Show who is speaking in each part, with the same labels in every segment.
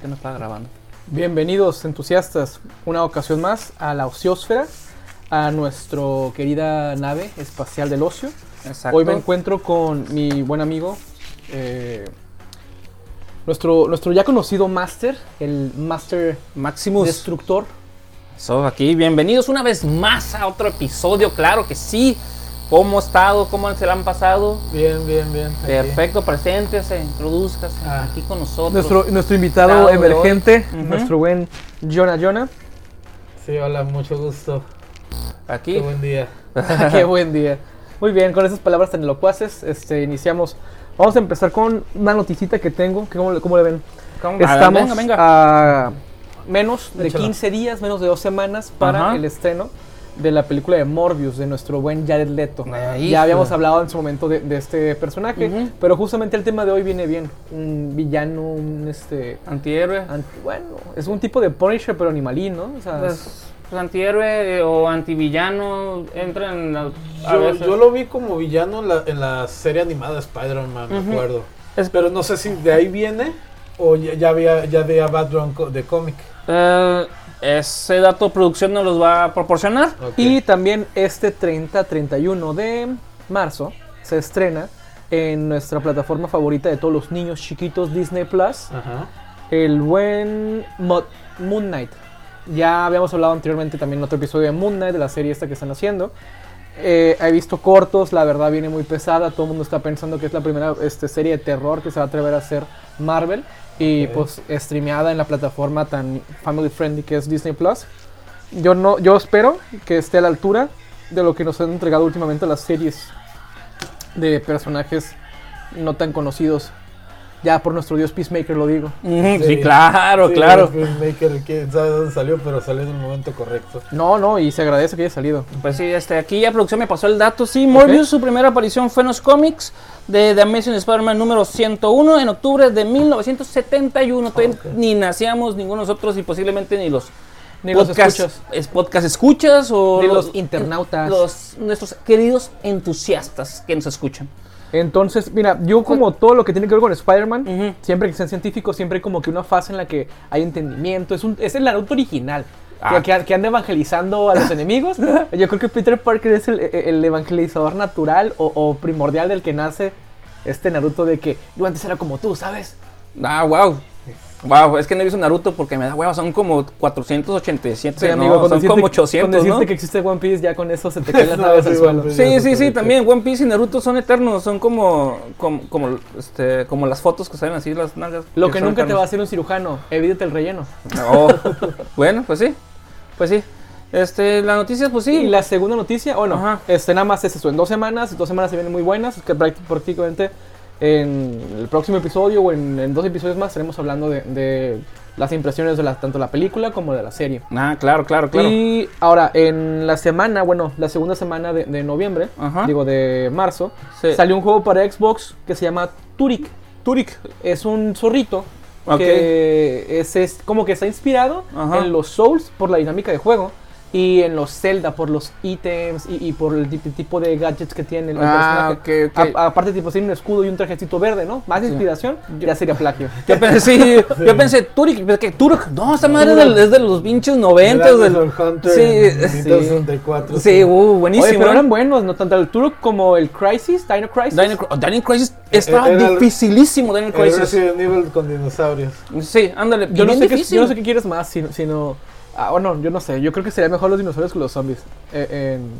Speaker 1: que no estaba grabando.
Speaker 2: Bienvenidos, entusiastas, una ocasión más a la Ociosfera, a nuestra querida nave espacial del ocio.
Speaker 1: Exacto.
Speaker 2: Hoy me encuentro con mi buen amigo, eh, nuestro, nuestro ya conocido Master, el Master
Speaker 1: Maximus.
Speaker 2: Destructor.
Speaker 1: So, aquí, bienvenidos una vez más a otro episodio, claro que sí. ¿Cómo ha estado? ¿Cómo se la han pasado?
Speaker 3: Bien, bien, bien. aquí.
Speaker 1: Perfecto, preséntese, introduzcase
Speaker 3: Ah.
Speaker 1: aquí con nosotros.
Speaker 2: Nuestro, nuestro invitado
Speaker 1: Invitado de
Speaker 2: emergente,
Speaker 1: hoy. Ujú.
Speaker 2: nuestro buen Jonah Jonah.
Speaker 3: Sí, hola, mucho gusto. Qué
Speaker 1: aquí.
Speaker 3: buen día.
Speaker 2: Qué buen día. Muy bien, con esas palabras tan elocuaces, este, iniciamos. Vamos a empezar con una noticita que tengo, que ¿cómo, cómo le ven?
Speaker 1: ¿Cómo?
Speaker 2: Estamos
Speaker 1: Venga, venga.
Speaker 2: a menos de
Speaker 3: Échala.
Speaker 2: 15 días, menos de dos semanas para
Speaker 1: Ajá.
Speaker 2: el estreno de la película de Morbius de nuestro buen Jared Leto.
Speaker 1: Ahí,
Speaker 2: ya habíamos
Speaker 1: hijo.
Speaker 2: hablado en su momento de, de este personaje,
Speaker 1: Ujú.
Speaker 2: pero justamente el tema de hoy viene bien. Un villano, un este...
Speaker 1: Antihéroe.
Speaker 2: anti- bueno, es un tipo de Punisher, pero animalín, ¿no? O sea, es-
Speaker 1: Pues, pues, antihéroe eh, o antivillano entran en la- a
Speaker 3: Yo,
Speaker 1: veces.
Speaker 3: yo lo vi como villano en la, en la serie animada Spider-Man, me
Speaker 1: Ujú.
Speaker 3: acuerdo.
Speaker 1: Es-
Speaker 3: Pero no sé si de ahí viene o ya, ya había, ya había background co- de cómic.
Speaker 1: Eh, ese dato producción nos los va a proporcionar.
Speaker 3: Ok.
Speaker 2: Y también este 30-31 de marzo se estrena en nuestra plataforma favorita de todos los niños chiquitos, Disney Plus,
Speaker 3: Ajá.
Speaker 2: el buen Mo- Moon Knight. Ya habíamos hablado anteriormente también en otro episodio de Moon Knight, de la serie esta que están haciendo. Eh, he visto cortos, la verdad viene muy pesada, todo el mundo está pensando que es la primera este, serie de terror que se va a atrever a hacer Marvel y
Speaker 3: Ok.
Speaker 2: pues streameada en la plataforma tan family friendly que es Disney Plus. Yo no, yo espero que esté a la altura de lo que nos han entregado últimamente las series de personajes no tan conocidos. Ya por nuestro dios Peacemaker lo digo.
Speaker 1: Ujú, Sí,
Speaker 3: Sí.
Speaker 1: claro,
Speaker 3: Sí,
Speaker 1: claro.
Speaker 3: el Filmmaker, quién sabe dónde salió, pero salió en el momento correcto.
Speaker 2: No, no, y se agradece que haya salido.
Speaker 1: Pues sí, este, aquí ya producción me pasó el dato. Sí, Morbius, su primera aparición fue en los cómics de The Amazing Spider-Man número 101 en octubre de 1971. Todavía
Speaker 3: Ok.
Speaker 1: Ni nacíamos ninguno de nosotros y posiblemente ni los
Speaker 2: Ni los
Speaker 1: podcast-
Speaker 2: escuchas.
Speaker 1: es- podcast escuchas o
Speaker 2: Ni los internautas.
Speaker 1: los- nuestros queridos entusiastas que nos escuchan.
Speaker 2: Entonces, mira, yo como todo lo que tiene que ver con Spider-Man,
Speaker 1: Ujú.
Speaker 2: siempre que sean científicos, siempre hay como que una fase en la que hay entendimiento. Es, un, es el Naruto original.
Speaker 1: Ah.
Speaker 2: Que, que- que anda evangelizando a los enemigos. Yo creo que Peter Parker es el, e, el evangelizador natural o, o primordial del que nace este Naruto de que yo antes era como tú, ¿sabes?
Speaker 1: Ah, wow. Wow, es que no he visto Naruto porque me da hueva, son como 487,
Speaker 2: Sí,
Speaker 1: no,
Speaker 2: amigo, con
Speaker 1: son
Speaker 2: decirte-
Speaker 1: como 800,
Speaker 2: Con decirte
Speaker 1: ¿no?
Speaker 2: que existe One Piece, ya con eso se te cae la
Speaker 3: No,
Speaker 2: nave
Speaker 3: sí,
Speaker 2: al
Speaker 3: One
Speaker 2: suelo.
Speaker 3: Piece.
Speaker 1: Sí, sí, sí, también One Piece y Naruto son eternos, son como como, como, este, como las fotos que salen así las nalgas.
Speaker 2: Lo que
Speaker 1: son
Speaker 2: nunca te va
Speaker 1: eternos.
Speaker 2: a hacer un cirujano, evítate el relleno.
Speaker 1: Oh, bueno, pues sí. Pues sí. Este, la noticia pues sí,
Speaker 2: Y la segunda noticia, bueno,
Speaker 1: Ajá.
Speaker 2: este, nada más es eso, en dos semanas, dos semanas se vienen muy buenas, que práct- prácticamente en el próximo episodio o en, en dos episodios más estaremos hablando de, de las impresiones de la- tanto la película como de la serie.
Speaker 1: Ah, claro, claro, claro.
Speaker 2: Y ahora, en la semana, bueno, la segunda semana de, de noviembre,
Speaker 1: Ajá.
Speaker 2: digo de marzo,
Speaker 1: Sí.
Speaker 2: salió un juego para Xbox que se llama Turik.
Speaker 1: Turik.
Speaker 2: Es un zorrito
Speaker 1: Ok.
Speaker 2: que es, es como que está inspirado
Speaker 1: Ajá.
Speaker 2: en los Souls por la dinámica de juego y en los Zelda por los ítems y, y por el tip- tipo de gadgets que tiene el
Speaker 1: Ah,
Speaker 2: personaje.
Speaker 1: ok, ok.
Speaker 2: A- aparte, tipo, tiene un escudo y un trajecito verde, ¿no? Más inspiración, ya sería plagio.
Speaker 1: Yo pensé, sí, yo pensé Turik, pero que Turk, no, esta madre es del- es de, los pinches noventas
Speaker 3: Entonces,
Speaker 1: del
Speaker 3: el Hunter
Speaker 1: Sí,
Speaker 3: sí,
Speaker 1: sí.
Speaker 3: 64.
Speaker 1: Sí, uh, buenísimo.
Speaker 2: Oye, pero
Speaker 1: ¿eh?
Speaker 2: eran buenos, ¿no? Tanto el Turok como el Crisis, Dino Crisis.
Speaker 1: Dino, Cri- Dino Crisis estaba
Speaker 3: Era el-
Speaker 1: dificilísimo Dino
Speaker 3: El
Speaker 1: Crisis.
Speaker 3: Resident Evil con dinosaurios.
Speaker 1: Sí, ándale,
Speaker 2: yo, no
Speaker 1: bien
Speaker 2: sé qué,
Speaker 1: difícil.
Speaker 2: yo no sé qué quieres más, sino... sino ah, bueno, yo no sé, yo creo que sería mejor los dinosaurios que los zombies. Eh, en-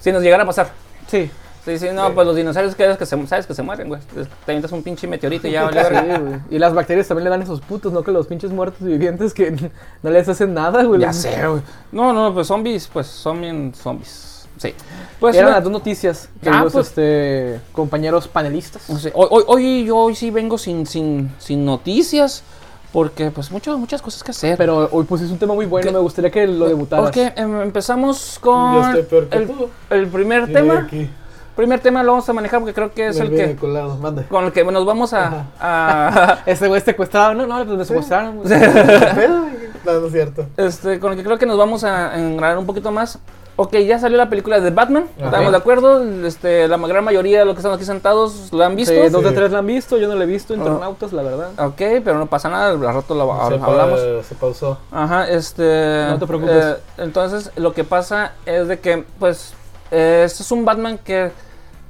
Speaker 1: Si nos llegara a pasar.
Speaker 2: sí,
Speaker 1: Sí, sí, no, pues los dinosaurios que que se, sabes que se mueren, güey. Te inventas un pinche meteorito y ya vale verga.
Speaker 2: Sí, güey. Y las bacterias también le dan esos putos, ¿no? Que los pinches muertos vivientes que no les hacen nada, güey.
Speaker 1: Ya
Speaker 2: Los-
Speaker 1: sé, güey. No, no, pues zombies, pues son bien zombies. Sí. Pues
Speaker 2: Eran
Speaker 1: no-
Speaker 2: las dos noticias de
Speaker 1: Ah,
Speaker 2: los
Speaker 1: pues.
Speaker 2: este, compañeros panelistas.
Speaker 1: no sé, hoy, hoy, hoy yo hoy sí vengo sin, sin, sin noticias porque pues mucho, muchas cosas que hacer.
Speaker 2: Pero hoy pusiste un tema muy bueno,
Speaker 1: ¿Qué?
Speaker 2: me gustaría que lo debutaras.
Speaker 1: Ok, em, empezamos con
Speaker 3: Yo estoy peor que
Speaker 1: el,
Speaker 3: tú.
Speaker 1: el primer
Speaker 3: Yo
Speaker 1: tema.
Speaker 3: aquí,
Speaker 1: Primer tema lo vamos a manejar porque creo que es
Speaker 3: me
Speaker 1: el
Speaker 3: viene
Speaker 1: que
Speaker 3: colado, manda.
Speaker 1: con el que nos vamos a, a-
Speaker 2: Ese güey secuestrado, no, no, pues me secuestraron. güey.
Speaker 3: Pero, no, no es cierto.
Speaker 1: este, con el que creo que nos vamos a engranar un poquito más Ok, ya salió la película de Batman,
Speaker 3: Ajá.
Speaker 1: estamos de acuerdo. Este, la gran mayoría de los que están aquí sentados la han visto.
Speaker 2: Sí, dos de
Speaker 3: Sí.
Speaker 2: tres la han visto, yo no la he visto,
Speaker 1: Ah.
Speaker 2: internautas, la verdad.
Speaker 1: Ok, pero no pasa nada, al rato la
Speaker 3: se, pa-
Speaker 1: hablamos.
Speaker 3: se pausó.
Speaker 1: Ajá, este.
Speaker 2: No te preocupes.
Speaker 1: eh, entonces, lo que pasa es de que, pues, eh, este es un Batman que,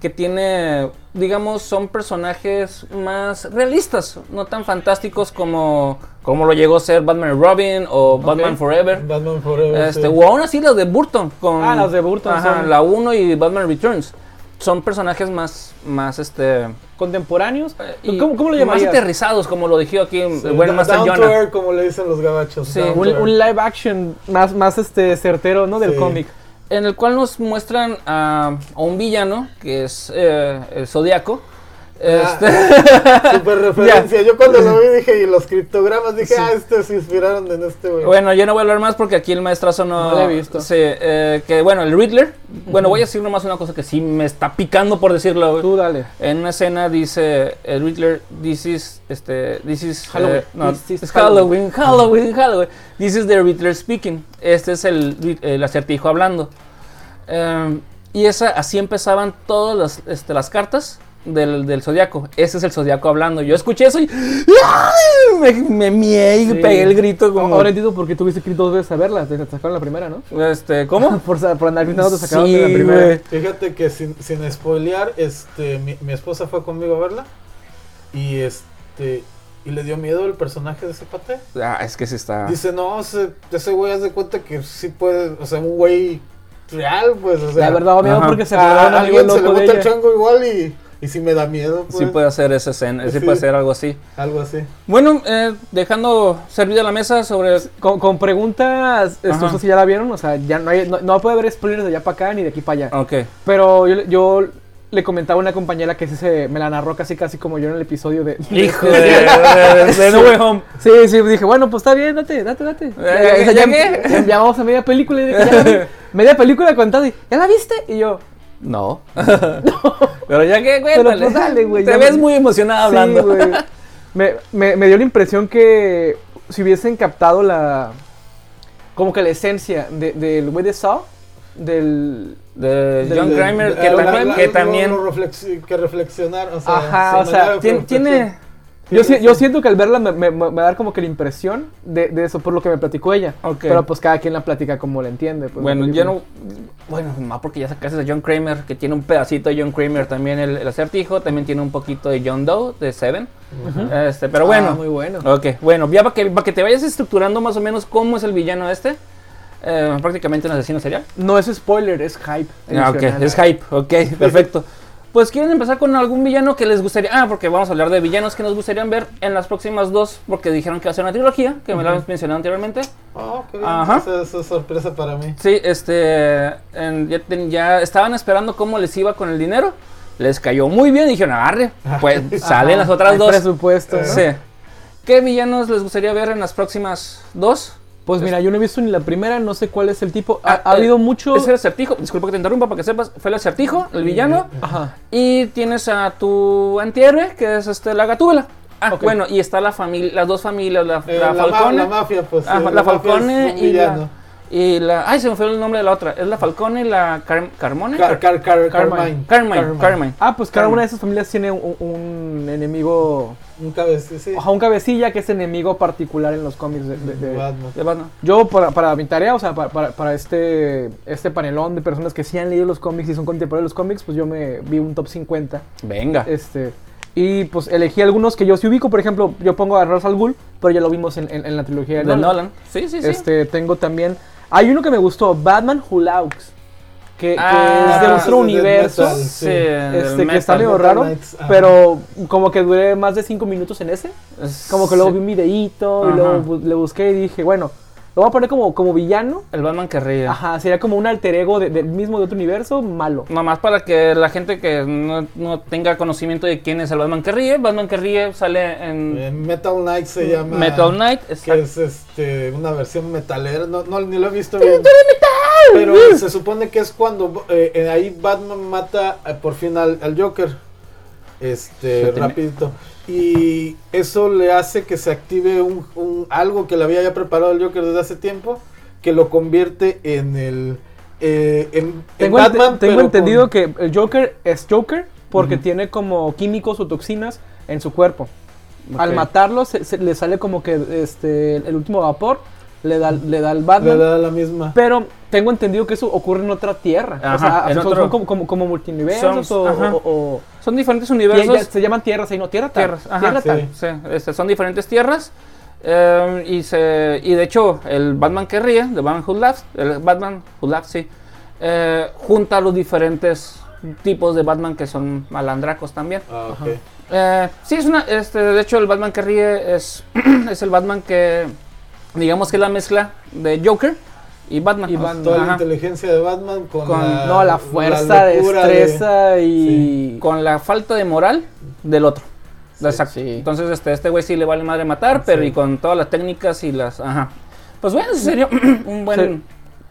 Speaker 1: que tiene, digamos, son personajes más realistas, no tan fantásticos como, como lo llegó a ser Batman y Robin o Batman Forever.
Speaker 3: Batman Forever.
Speaker 1: Este,
Speaker 3: sí.
Speaker 1: O aún así las de Burton. Con,
Speaker 2: Ah, las de Burton
Speaker 1: Ajá,
Speaker 2: son-
Speaker 1: la 1 y Batman Returns. Son personajes más, más este. eh,
Speaker 2: Contemporáneos.
Speaker 1: y
Speaker 2: ¿Cómo, cómo lo
Speaker 1: Más
Speaker 2: llamarías?
Speaker 1: aterrizados, como lo dijo aquí
Speaker 3: Sí,
Speaker 1: el buen
Speaker 3: da-
Speaker 1: Master
Speaker 3: down to
Speaker 1: Jonah.
Speaker 3: earth, como le dicen los gabachos.
Speaker 1: Sí,
Speaker 3: down to
Speaker 2: Un,
Speaker 3: earth.
Speaker 2: un live action más, más este certero, ¿no? Del
Speaker 3: Sí.
Speaker 2: cómic.
Speaker 1: en el cual nos muestran a, a un villano que es eh, el Zodiaco.
Speaker 2: Ah.
Speaker 1: Este,
Speaker 3: Ah, Super referencia. Yo cuando lo vi dije, y los criptogramas, dije, ah, este se inspiraron en este, güey.
Speaker 1: bueno, yo no voy a hablar más porque aquí el maestrazo no.
Speaker 2: No lo he visto.
Speaker 1: Sí, eh, que bueno, el Riddler. Bueno, voy a decir nomás una cosa que sí me está picando por decirlo. güey.
Speaker 2: Tú dale.
Speaker 1: En una escena dice el Riddler, this is, este, this is, eh,
Speaker 2: Halloween.
Speaker 1: no,
Speaker 2: This is
Speaker 1: it's Halloween, Halloween, Halloween. This is the Riddler speaking. Este es el, Rid- el acertijo hablando. Em, y esa, así empezaban todas las, este, las cartas del, del zodiaco. Ese es el zodiaco hablando. Yo escuché eso y ¡ay! me, me mié y
Speaker 2: Sí.
Speaker 1: pegué el grito como,
Speaker 2: Ahora entiendo por qué tuviste que ir dos veces a verla. Te sacaron la primera, ¿no?
Speaker 1: este, ¿cómo?
Speaker 2: Por, sa- por andar gritando te sacaron
Speaker 1: Sí,
Speaker 2: de la primera.
Speaker 1: güey.
Speaker 3: Fíjate que sin, sin spoilear, este, mi, mi esposa fue conmigo a verla. Y este. Y le dio miedo el personaje de ese pate.
Speaker 1: Ah, es que sí está.
Speaker 3: Dice, no, ese, ese güey haz de cuenta que sí puede, o sea, un güey real, pues, o
Speaker 2: La
Speaker 3: sea.
Speaker 2: verdad, obvio,
Speaker 1: Ajá.
Speaker 2: porque se
Speaker 3: a,
Speaker 2: robaron
Speaker 3: a
Speaker 2: algo
Speaker 3: alguien se le
Speaker 2: loco de
Speaker 3: gusta el
Speaker 2: ella.
Speaker 3: chango igual y, y si me da miedo, pues.
Speaker 1: Sí puede hacer esa escena, sí
Speaker 3: Sí.
Speaker 1: puede hacer algo así.
Speaker 3: Algo así.
Speaker 1: Bueno, eh, dejando servida la mesa sobre
Speaker 2: Con, con preguntas, esto,
Speaker 1: Ajá.
Speaker 2: no sé si ya la vieron, o sea, ya no, hay, no, no puede haber spoilers de allá para acá ni de aquí para allá.
Speaker 1: Ok.
Speaker 2: Pero yo, le- yo le comentaba a una compañera que sí se me la narró casi casi como yo en el episodio de...
Speaker 1: Hijo de, No Way Home.
Speaker 2: Sí, sí, dije, bueno, pues está bien, date, date, date.
Speaker 1: Eh, ¿ya qué?
Speaker 2: ya- ya vamos a media película y dije, ya la vi. Media película contada y, ¿ya la viste? Y yo,
Speaker 1: No. Pero ya que, güey,
Speaker 2: Pero
Speaker 1: dale.
Speaker 2: pues dale, güey,
Speaker 1: Te
Speaker 2: ya
Speaker 1: ves
Speaker 2: me-
Speaker 1: muy emocionada
Speaker 2: sí,
Speaker 1: hablando.
Speaker 2: güey. me, me, me dio la impresión que si hubiesen captado la... Como que la esencia de- del güey de Saw, del...
Speaker 1: De
Speaker 2: Del-
Speaker 1: John
Speaker 3: De-
Speaker 1: Kramer,
Speaker 3: de-
Speaker 1: que,
Speaker 3: lo-
Speaker 1: también-
Speaker 3: lo-
Speaker 1: que
Speaker 3: lo-
Speaker 1: también
Speaker 3: lo reflexi- que reflexionar, o sea.
Speaker 2: Ajá,
Speaker 3: se
Speaker 2: o sea,
Speaker 3: mandaba
Speaker 1: tien-
Speaker 3: por
Speaker 1: tiene...
Speaker 3: reflexión.
Speaker 2: Yo,
Speaker 3: Sí,
Speaker 2: si- yo
Speaker 3: sí.
Speaker 2: siento que al verla me, me, me va a dar como que la impresión de, de eso, por lo que me platicó ella.
Speaker 1: Ok.
Speaker 2: Pero pues cada quien la platica como la entiende. pues,
Speaker 1: Bueno,
Speaker 2: la
Speaker 1: yo
Speaker 2: película.
Speaker 1: no... Bueno, más porque ya sacaste a John Kramer, que tiene un pedacito de John Kramer también, el, el acertijo, también tiene un poquito de John Doe, de Seven. este, pero bueno,
Speaker 2: Ah, muy bueno.
Speaker 1: Ok, bueno, ya para que, para que te vayas estructurando más o menos cómo es el villano este, eh, prácticamente un asesino serial.
Speaker 2: No es spoiler, es hype.
Speaker 1: Ah, ok,
Speaker 2: adicional.
Speaker 1: es hype, ok, perfecto. Pues quieren empezar con algún villano que les gustaría. Ah, porque vamos a hablar de villanos que nos gustarían ver en las próximas dos, porque dijeron que va a ser una trilogía, que me lo habías mencionado anteriormente.
Speaker 3: Ah, qué bien.
Speaker 1: Ajá.
Speaker 3: Esa, esa es sorpresa para mí.
Speaker 1: Sí, este. en- ya, ten- ya estaban esperando cómo les iba con el dinero. Les cayó muy bien y dijeron, agarre. Pues salen las otras
Speaker 2: Hay
Speaker 1: dos.
Speaker 2: presupuesto, ¿no?
Speaker 1: Sí. ¿Qué villanos les gustaría ver en las próximas dos?
Speaker 2: Pues mira, yo no he visto ni la primera, no sé cuál es el tipo. Ha,
Speaker 1: Ah,
Speaker 2: ha
Speaker 1: eh,
Speaker 2: habido mucho.
Speaker 1: Es el acertijo. Disculpa que te interrumpa para que sepas. Fue el acertijo, el villano.
Speaker 2: Ajá.
Speaker 1: Y tienes a tu antihéroe, que es este, la gatúbela. Ah,
Speaker 2: Ok.
Speaker 1: bueno, y está la familia, las dos familias, la,
Speaker 3: Eh,
Speaker 1: la
Speaker 3: la, ma-
Speaker 1: Falcone.
Speaker 3: la mafia, pues.
Speaker 1: Ah,
Speaker 3: sí,
Speaker 1: la,
Speaker 3: mafia es
Speaker 1: Falcone
Speaker 3: un
Speaker 1: y la,
Speaker 3: villano.
Speaker 1: y la- Ay, se me fue el nombre de la otra. Es la Falcone y la Car- Carmone.
Speaker 3: Car- Car- Car-
Speaker 2: Carmine.
Speaker 3: Carmine.
Speaker 1: Carmine, Carmine.
Speaker 2: Ah, pues cada una de esas familias tiene un, un enemigo.
Speaker 3: Un cabecito, sí.
Speaker 2: Ajá, un cabecilla que es enemigo particular en los cómics de- de- de,
Speaker 3: Batman.
Speaker 1: De Batman.
Speaker 2: Yo, para, para mi tarea, o sea, para, para- para este, este panelón de personas que sí han leído los cómics y son contemporáneos de los cómics, pues yo me vi un top 50.
Speaker 1: Venga.
Speaker 2: Este, y pues elegí algunos que yo sí ubico. Por ejemplo, yo pongo a Ra's al Ghul, pero ya lo vimos en, en- en la trilogía de
Speaker 1: de
Speaker 2: Nolan.
Speaker 1: Nolan. Sí, sí, sí.
Speaker 2: Este, tengo también. Hay uno que me gustó, Batman Hulaux, que, que
Speaker 1: Ah,
Speaker 2: es de otro
Speaker 3: de
Speaker 2: universo.
Speaker 3: metal.
Speaker 1: Sí,
Speaker 3: Sí.
Speaker 1: del
Speaker 2: Este, que
Speaker 1: metal.
Speaker 2: está medio
Speaker 3: Metal
Speaker 2: raro,
Speaker 3: Knights, ajá.
Speaker 2: pero como que duré más de 5 minutos en ese.
Speaker 1: Es-
Speaker 2: Como que luego vi un videíto
Speaker 1: Ajá.
Speaker 2: y luego bu- le busqué y dije, bueno, lo voy a poner como, como villano.
Speaker 1: El Batman que ríe.
Speaker 2: Ajá, sería como un alter ego de- del mismo de otro universo, malo.
Speaker 1: Nomás para que la gente que no, no tenga conocimiento de quién es el Batman que ríe, Batman que ríe sale en
Speaker 3: Eh, Metal Knight se llama.
Speaker 1: Mm, Metal Knight.
Speaker 3: Que
Speaker 1: exacto.
Speaker 3: es este, una versión metalera. No, no, ni lo he visto bien. Pero se supone que es cuando eh, eh, ahí Batman mata eh, por fin al, al Joker. Este,
Speaker 1: Se tiene-
Speaker 3: rapidito. Y eso le hace que se active un, un- algo que le había ya preparado el Joker desde hace tiempo. Que lo convierte en el eh, en, en
Speaker 2: Tengo, ente-
Speaker 3: Batman.
Speaker 2: tengo
Speaker 3: pero
Speaker 2: entendido
Speaker 3: con-
Speaker 2: que el Joker es Joker porque tiene como químicos o toxinas en su cuerpo. Al
Speaker 1: Ok.
Speaker 2: matarlo se- se- le sale como que este el último vapor le da le da al
Speaker 3: Le
Speaker 2: Batman.
Speaker 3: da la misma.
Speaker 2: Pero tengo entendido que eso ocurre en otra tierra. o
Speaker 1: Ajá,
Speaker 2: sea,
Speaker 1: en
Speaker 2: son,
Speaker 1: otro-
Speaker 2: son como, como, como multiniversos
Speaker 1: Son-
Speaker 2: o,
Speaker 1: ajá.
Speaker 2: o- o-
Speaker 1: Son diferentes
Speaker 2: ya-
Speaker 1: universos.
Speaker 2: ya se llaman tierras ahí, no tierra tal.
Speaker 1: tierras. Ajá,
Speaker 2: tierra
Speaker 1: sí,
Speaker 2: tal.
Speaker 1: sí, este, son diferentes tierras. eh, y, se, y de hecho, el Batman que ríe, de Batman Who Laughs, el Batman Who Laughs, sí, eh, junta los diferentes tipos de Batman que son malandracos también.
Speaker 3: Ah, ok.
Speaker 1: Eh, sí, es una. Este, de hecho, el Batman que ríe es, es el Batman que. Digamos que es la mezcla de Joker y Batman.
Speaker 2: Y
Speaker 1: O sea,
Speaker 2: Batman,
Speaker 3: Toda la
Speaker 1: ajá,
Speaker 3: inteligencia de Batman con,
Speaker 1: Con-
Speaker 3: la,
Speaker 2: No, la fuerza,
Speaker 3: locura
Speaker 2: destreza y
Speaker 1: Con la falta de moral del otro. Exacto.
Speaker 2: sí.
Speaker 1: Entonces, este este güey sí le vale madre matar, pero
Speaker 3: Sí.
Speaker 1: y con todas las técnicas y las. Ajá. Pues bueno, ese sería un buen.
Speaker 2: Sí.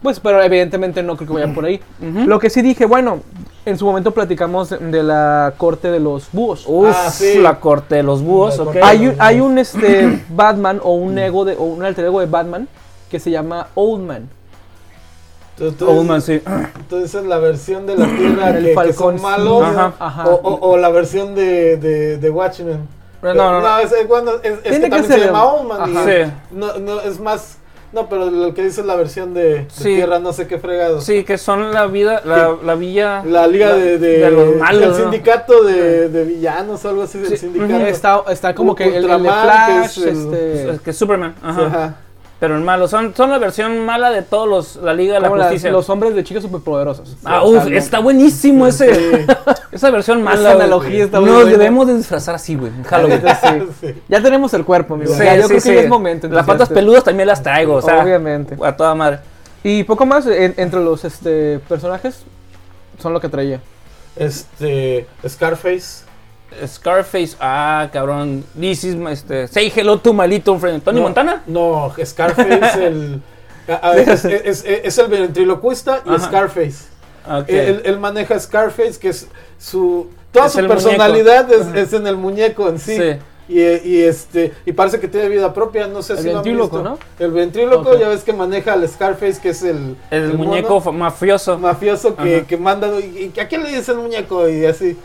Speaker 2: Pues, pero evidentemente no creo que vayan por ahí.
Speaker 1: Ujú.
Speaker 2: Lo que sí dije, bueno, en su momento platicamos de la corte de los búhos.
Speaker 1: Uf,
Speaker 3: Ah, sí.
Speaker 1: la corte de los búhos,
Speaker 3: La
Speaker 1: ok.
Speaker 3: corte de
Speaker 2: Hay
Speaker 3: los
Speaker 2: un, hay un este Batman o un ego de, o un alter ego de Batman que se llama Old Man.
Speaker 3: Entonces,
Speaker 1: Oldman, sí.
Speaker 3: entonces es la versión de la tierra
Speaker 2: El
Speaker 3: que, que
Speaker 2: Falcón.
Speaker 3: son malos
Speaker 1: Ajá.
Speaker 2: Ajá.
Speaker 3: O, o- o la versión de, de, de Watchmen.
Speaker 1: No, no, no.
Speaker 3: es, es cuando- es- es que
Speaker 2: Tiene que
Speaker 3: también
Speaker 2: ser
Speaker 3: se
Speaker 2: el-
Speaker 3: llama Oldman. y-
Speaker 1: Ajá. Sí.
Speaker 3: No, no, es más. No, pero lo que dice es la versión de, de
Speaker 1: Sí.
Speaker 3: tierra, no sé qué fregado.
Speaker 1: Sí, que son la vida, la, la villa.
Speaker 3: La liga de, de,
Speaker 1: de los malos,
Speaker 3: del
Speaker 1: ¿no?
Speaker 3: sindicato de, de villanos, algo así del
Speaker 1: Sí,
Speaker 3: sindicato.
Speaker 2: Está, está como
Speaker 3: U-
Speaker 2: que el- el, de
Speaker 3: Ultraman, que es
Speaker 2: Flash,
Speaker 3: el-
Speaker 1: Uh, Es
Speaker 2: este,
Speaker 1: que es Superman,
Speaker 3: Sí,
Speaker 1: ajá.
Speaker 3: ajá.
Speaker 1: Pero el malo, son, son la versión mala de todos los, la Liga de la
Speaker 2: como las-
Speaker 1: Justicia.
Speaker 2: los hombres de chicos superpoderosos.
Speaker 1: ah,
Speaker 2: O sea,
Speaker 1: uf,
Speaker 2: no-
Speaker 1: está buenísimo ese,
Speaker 3: Sí.
Speaker 1: esa versión mala.
Speaker 2: Esa
Speaker 1: güey.
Speaker 2: analogía está muy
Speaker 1: Nos
Speaker 2: buena.
Speaker 1: debemos de disfrazar así, güey, en Halloween.
Speaker 3: Sí.
Speaker 2: Ya tenemos el cuerpo, amigo.
Speaker 1: Sí,
Speaker 2: Ya, yo
Speaker 1: sí,
Speaker 2: creo que
Speaker 1: sí.
Speaker 2: ya es momento.
Speaker 1: Las
Speaker 2: entonces,
Speaker 1: patas
Speaker 2: este,
Speaker 1: peludas también las traigo, o sea.
Speaker 2: Obviamente.
Speaker 1: A toda madre.
Speaker 2: Y poco más en- entre los este, personajes son lo que traía.
Speaker 3: Este. Scarface.
Speaker 1: Scarface, ah, cabrón. This is, my- este, say hello to my little friend. ¿Tony
Speaker 3: No,
Speaker 1: Montana?
Speaker 3: No, Scarface el, a- a- es, es- es- es el ventrilocuista y
Speaker 1: Ajá.
Speaker 3: Scarface.
Speaker 1: Ok.
Speaker 3: Él, él maneja Scarface, que es su. Toda
Speaker 1: Es el
Speaker 3: su
Speaker 1: muñeco.
Speaker 3: personalidad es, es en el muñeco en sí.
Speaker 1: Sí.
Speaker 3: Y, eh, y este y parece que tiene vida propia, no sé
Speaker 2: El
Speaker 3: si lo han
Speaker 2: ventríloco,
Speaker 3: visto.
Speaker 2: ¿no?
Speaker 3: El ventríloco,
Speaker 2: Ok.
Speaker 3: ya ves que maneja al Scarface, que es el,
Speaker 1: el,
Speaker 3: mono
Speaker 1: muñeco fa- mafioso.
Speaker 3: mafioso que,
Speaker 1: Ajá.
Speaker 3: que manda. Y, y, ¿A quién le dicen muñeco? Y así.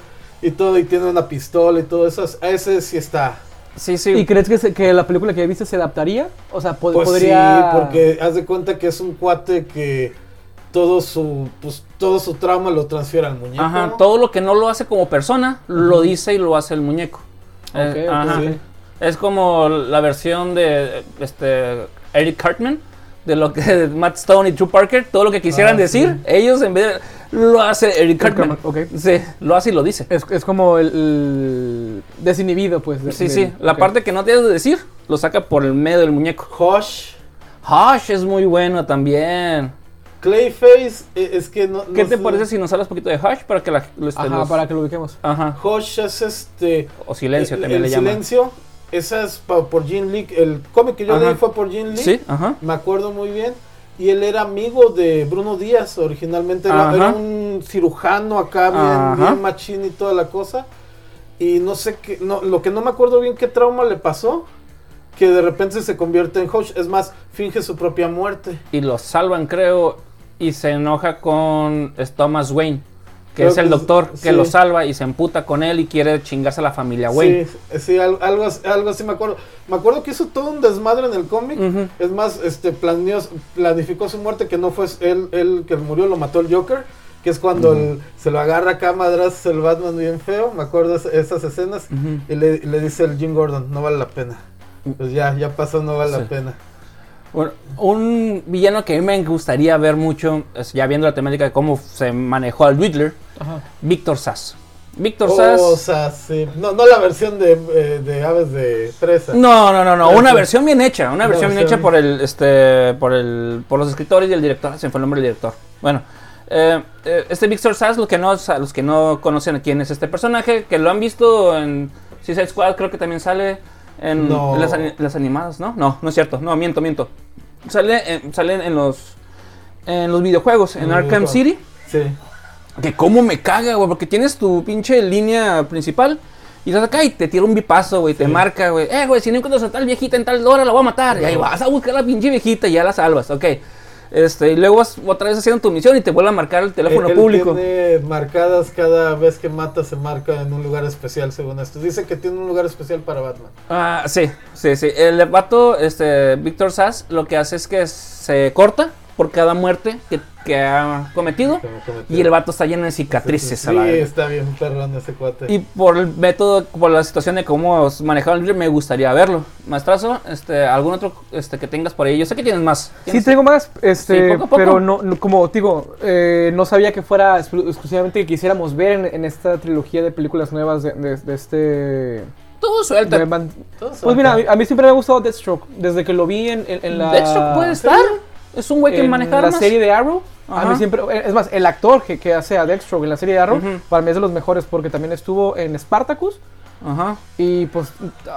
Speaker 3: Y todo, y tiene una pistola y todo eso. A ese sí está.
Speaker 1: sí, sí.
Speaker 2: ¿Y crees que, se- que la película que viste se adaptaría? O sea, po-
Speaker 3: Pues
Speaker 2: podría.
Speaker 3: sí, porque haz de cuenta que es un cuate que todo su pues todo su trauma lo transfiere al muñeco.
Speaker 1: Ajá, todo lo que no lo hace como persona, lo dice y lo hace el muñeco. Eh,
Speaker 2: ok,
Speaker 1: ajá.
Speaker 3: sí.
Speaker 1: Es como la versión de este, Eric Cartman, de lo que Matt Stone y True Parker, todo lo que quisieran
Speaker 3: Ah,
Speaker 1: decir, ellos en vez de... Lo hace Eric Cartman.
Speaker 2: Cartman, ok.
Speaker 1: Sí, lo hace y lo dice.
Speaker 2: Es, es como el, el desinhibido, pues. de-
Speaker 1: Sí,
Speaker 2: del-
Speaker 1: sí, la
Speaker 2: ok.
Speaker 1: parte que no te debes de decir, lo saca por el medio del muñeco.
Speaker 3: Hush,
Speaker 1: Hush es muy bueno también.
Speaker 3: Clayface, eh, es que no
Speaker 1: ¿Qué
Speaker 3: no
Speaker 1: te
Speaker 3: sé.
Speaker 1: parece si nos hablas un poquito de Hush para que la... lo- este,
Speaker 2: Ajá,
Speaker 1: los-
Speaker 2: para que lo ubiquemos.
Speaker 1: Ajá.
Speaker 3: Hush es este
Speaker 1: O silencio
Speaker 3: el,
Speaker 1: también le
Speaker 3: el
Speaker 1: llaman.
Speaker 3: silencio, esa es pa- por Jim Lee, el cómic que yo
Speaker 1: Ajá.
Speaker 3: leí fue por Jim Lee.
Speaker 1: Sí, ajá.
Speaker 3: Me acuerdo muy bien. Y él era amigo de Bruno Díaz originalmente. Era,
Speaker 1: Ajá.
Speaker 3: era un cirujano acá, bien,
Speaker 1: Ajá.
Speaker 3: bien machín y toda la cosa. Y no sé qué. No, lo que no me acuerdo bien qué trauma le pasó. Que de repente se convierte en Hodge. Es más, finge su propia muerte.
Speaker 1: y lo salvan, creo, y se enoja con es Thomas Wayne, que
Speaker 3: Creo
Speaker 1: es el
Speaker 3: que es-
Speaker 1: doctor que
Speaker 3: sí.
Speaker 1: lo salva y se emputa con él y quiere chingarse a la familia Wayne.
Speaker 3: Sí, sí, al- algo, as- algo así me acuerdo. Me acuerdo que hizo todo un desmadre en el cómic.
Speaker 1: Ujú.
Speaker 3: Es más, este planeó, planificó su muerte, que no fue él, él que murió, lo mató el Joker. Que es cuando el- se lo agarra acá a madrazos el Batman bien feo. Me acuerdo es- esas escenas.
Speaker 1: Ujú. Mm.
Speaker 3: Y le, le dice el Jim Gordon, no vale la pena. Pues ya, ya pasó, no vale
Speaker 1: Sí.
Speaker 3: la pena.
Speaker 1: Bueno, un villano que a mí me gustaría ver mucho, es ya viendo la temática de cómo se manejó al Riddler,
Speaker 2: Ajá.
Speaker 1: Víctor Sass.
Speaker 3: Oh,
Speaker 1: Víctor Sass.
Speaker 3: O sea, sí. No, no la versión de, eh, de Aves de Presa.
Speaker 1: No, no, no, no.
Speaker 3: Pero
Speaker 1: Una
Speaker 3: sí.
Speaker 1: versión bien hecha. Una,
Speaker 3: Una
Speaker 1: versión bien
Speaker 3: versión.
Speaker 1: hecha por el, este, por el, por los escritores y el director. Se me fue el nombre del director. Bueno, eh, eh, este Victor Sass, lo que no, sa- los que no conocen quién es este personaje, que lo han visto en Suicide Squad, creo que también sale en
Speaker 3: No.
Speaker 1: las, ani- las animadas, ¿no? No, no es cierto. No, miento, miento. Sale, en- sale en los, en los videojuegos, en
Speaker 3: En
Speaker 1: Arkham
Speaker 3: videojuegos.
Speaker 1: City.
Speaker 3: Sí.
Speaker 1: Que cómo me caga, güey, porque tienes tu pinche línea principal y estás acá y te tira un bipazo, güey, te
Speaker 3: Sí.
Speaker 1: marca, güey. Eh, güey, si no encuentras a tal viejita en tal hora, la voy a matar. Y ahí vas a buscar a la pinche viejita y ya la salvas, ok. Este, y luego vas otra vez haciendo tu misión y te vuelve a marcar el teléfono
Speaker 3: Eh, Él- él
Speaker 1: público.
Speaker 3: Tiene marcadas cada vez que mata, se marca en un lugar especial, según esto. Dice que tiene un lugar especial para Batman.
Speaker 1: Ah, sí, sí, sí. El vato, este, Víctor Sass, lo que hace es que se corta por cada muerte que, que ha cometido.
Speaker 3: Como cometió.
Speaker 1: Y el vato está lleno de cicatrices a la
Speaker 3: Sí,
Speaker 2: ¿eh?
Speaker 1: verga.
Speaker 3: está bien perrón ese cuate.
Speaker 1: Y por el método, por la situación de cómo os manejaron el libro, me gustaría verlo. Maestrazo, este, algún otro este, que tengas por ahí. Yo sé que tienes más.
Speaker 2: Sí
Speaker 1: ¿Tienes?
Speaker 2: tengo más,
Speaker 1: Sí,
Speaker 2: este,
Speaker 1: poco a poco.
Speaker 2: pero no, no- como digo, eh, no sabía que fuera exclu- exclusivamente que quisiéramos ver en, en esta trilogía de películas nuevas de, de- de este...
Speaker 1: Tú suelta.
Speaker 2: Batman.
Speaker 3: Todos
Speaker 2: Pues
Speaker 3: acá.
Speaker 2: mira, a mí, a mí siempre me ha gustado Deathstroke, desde que lo vi en, en- en la...
Speaker 1: Deathstroke puede estar. Es un güey que
Speaker 2: en
Speaker 1: maneja
Speaker 2: la
Speaker 1: armas.
Speaker 2: serie de Arrow. A
Speaker 1: Ajá.
Speaker 2: mí siempre, es más, el actor que, que hace a Deathstroke en la serie de Arrow,
Speaker 1: Ujú.
Speaker 2: para mí es de los mejores porque también estuvo en Spartacus
Speaker 1: Ajá.
Speaker 2: y pues,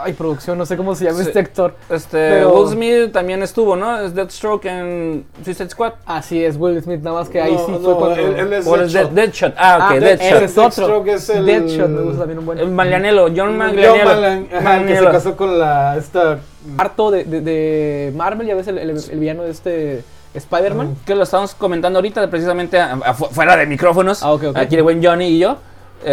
Speaker 2: ay, producción, no sé cómo se llama
Speaker 1: Sí.
Speaker 2: este actor.
Speaker 1: Este,
Speaker 2: Pero-
Speaker 1: Will Smith también estuvo, ¿no? Es Deathstroke en Suicide Squad.
Speaker 2: Así es, Will Smith, nada más que ahí
Speaker 3: No,
Speaker 2: sí
Speaker 3: no,
Speaker 2: fue cuando...
Speaker 3: él- él es
Speaker 1: ¿Cuál es Dead-
Speaker 3: Deadshot.
Speaker 1: Deadshot? Ah, ok,
Speaker 2: Ah,
Speaker 1: Deadshot.
Speaker 2: Ese es otro.
Speaker 3: Deathstroke es el-
Speaker 2: Deathshot me gusta también un buen.
Speaker 1: El Maglianello, John Maglianello.
Speaker 3: John Malan- ajá, el que se
Speaker 1: Maglianello.
Speaker 3: casó con la esta
Speaker 2: Harto de, de, de Marvel, ya ves el, el, el villano de este Spider-Man.
Speaker 1: que lo estamos comentando ahorita, precisamente a- a- fu- fuera de micrófonos.
Speaker 2: Ah, ok, ok.
Speaker 1: Aquí el buen Johnny y yo.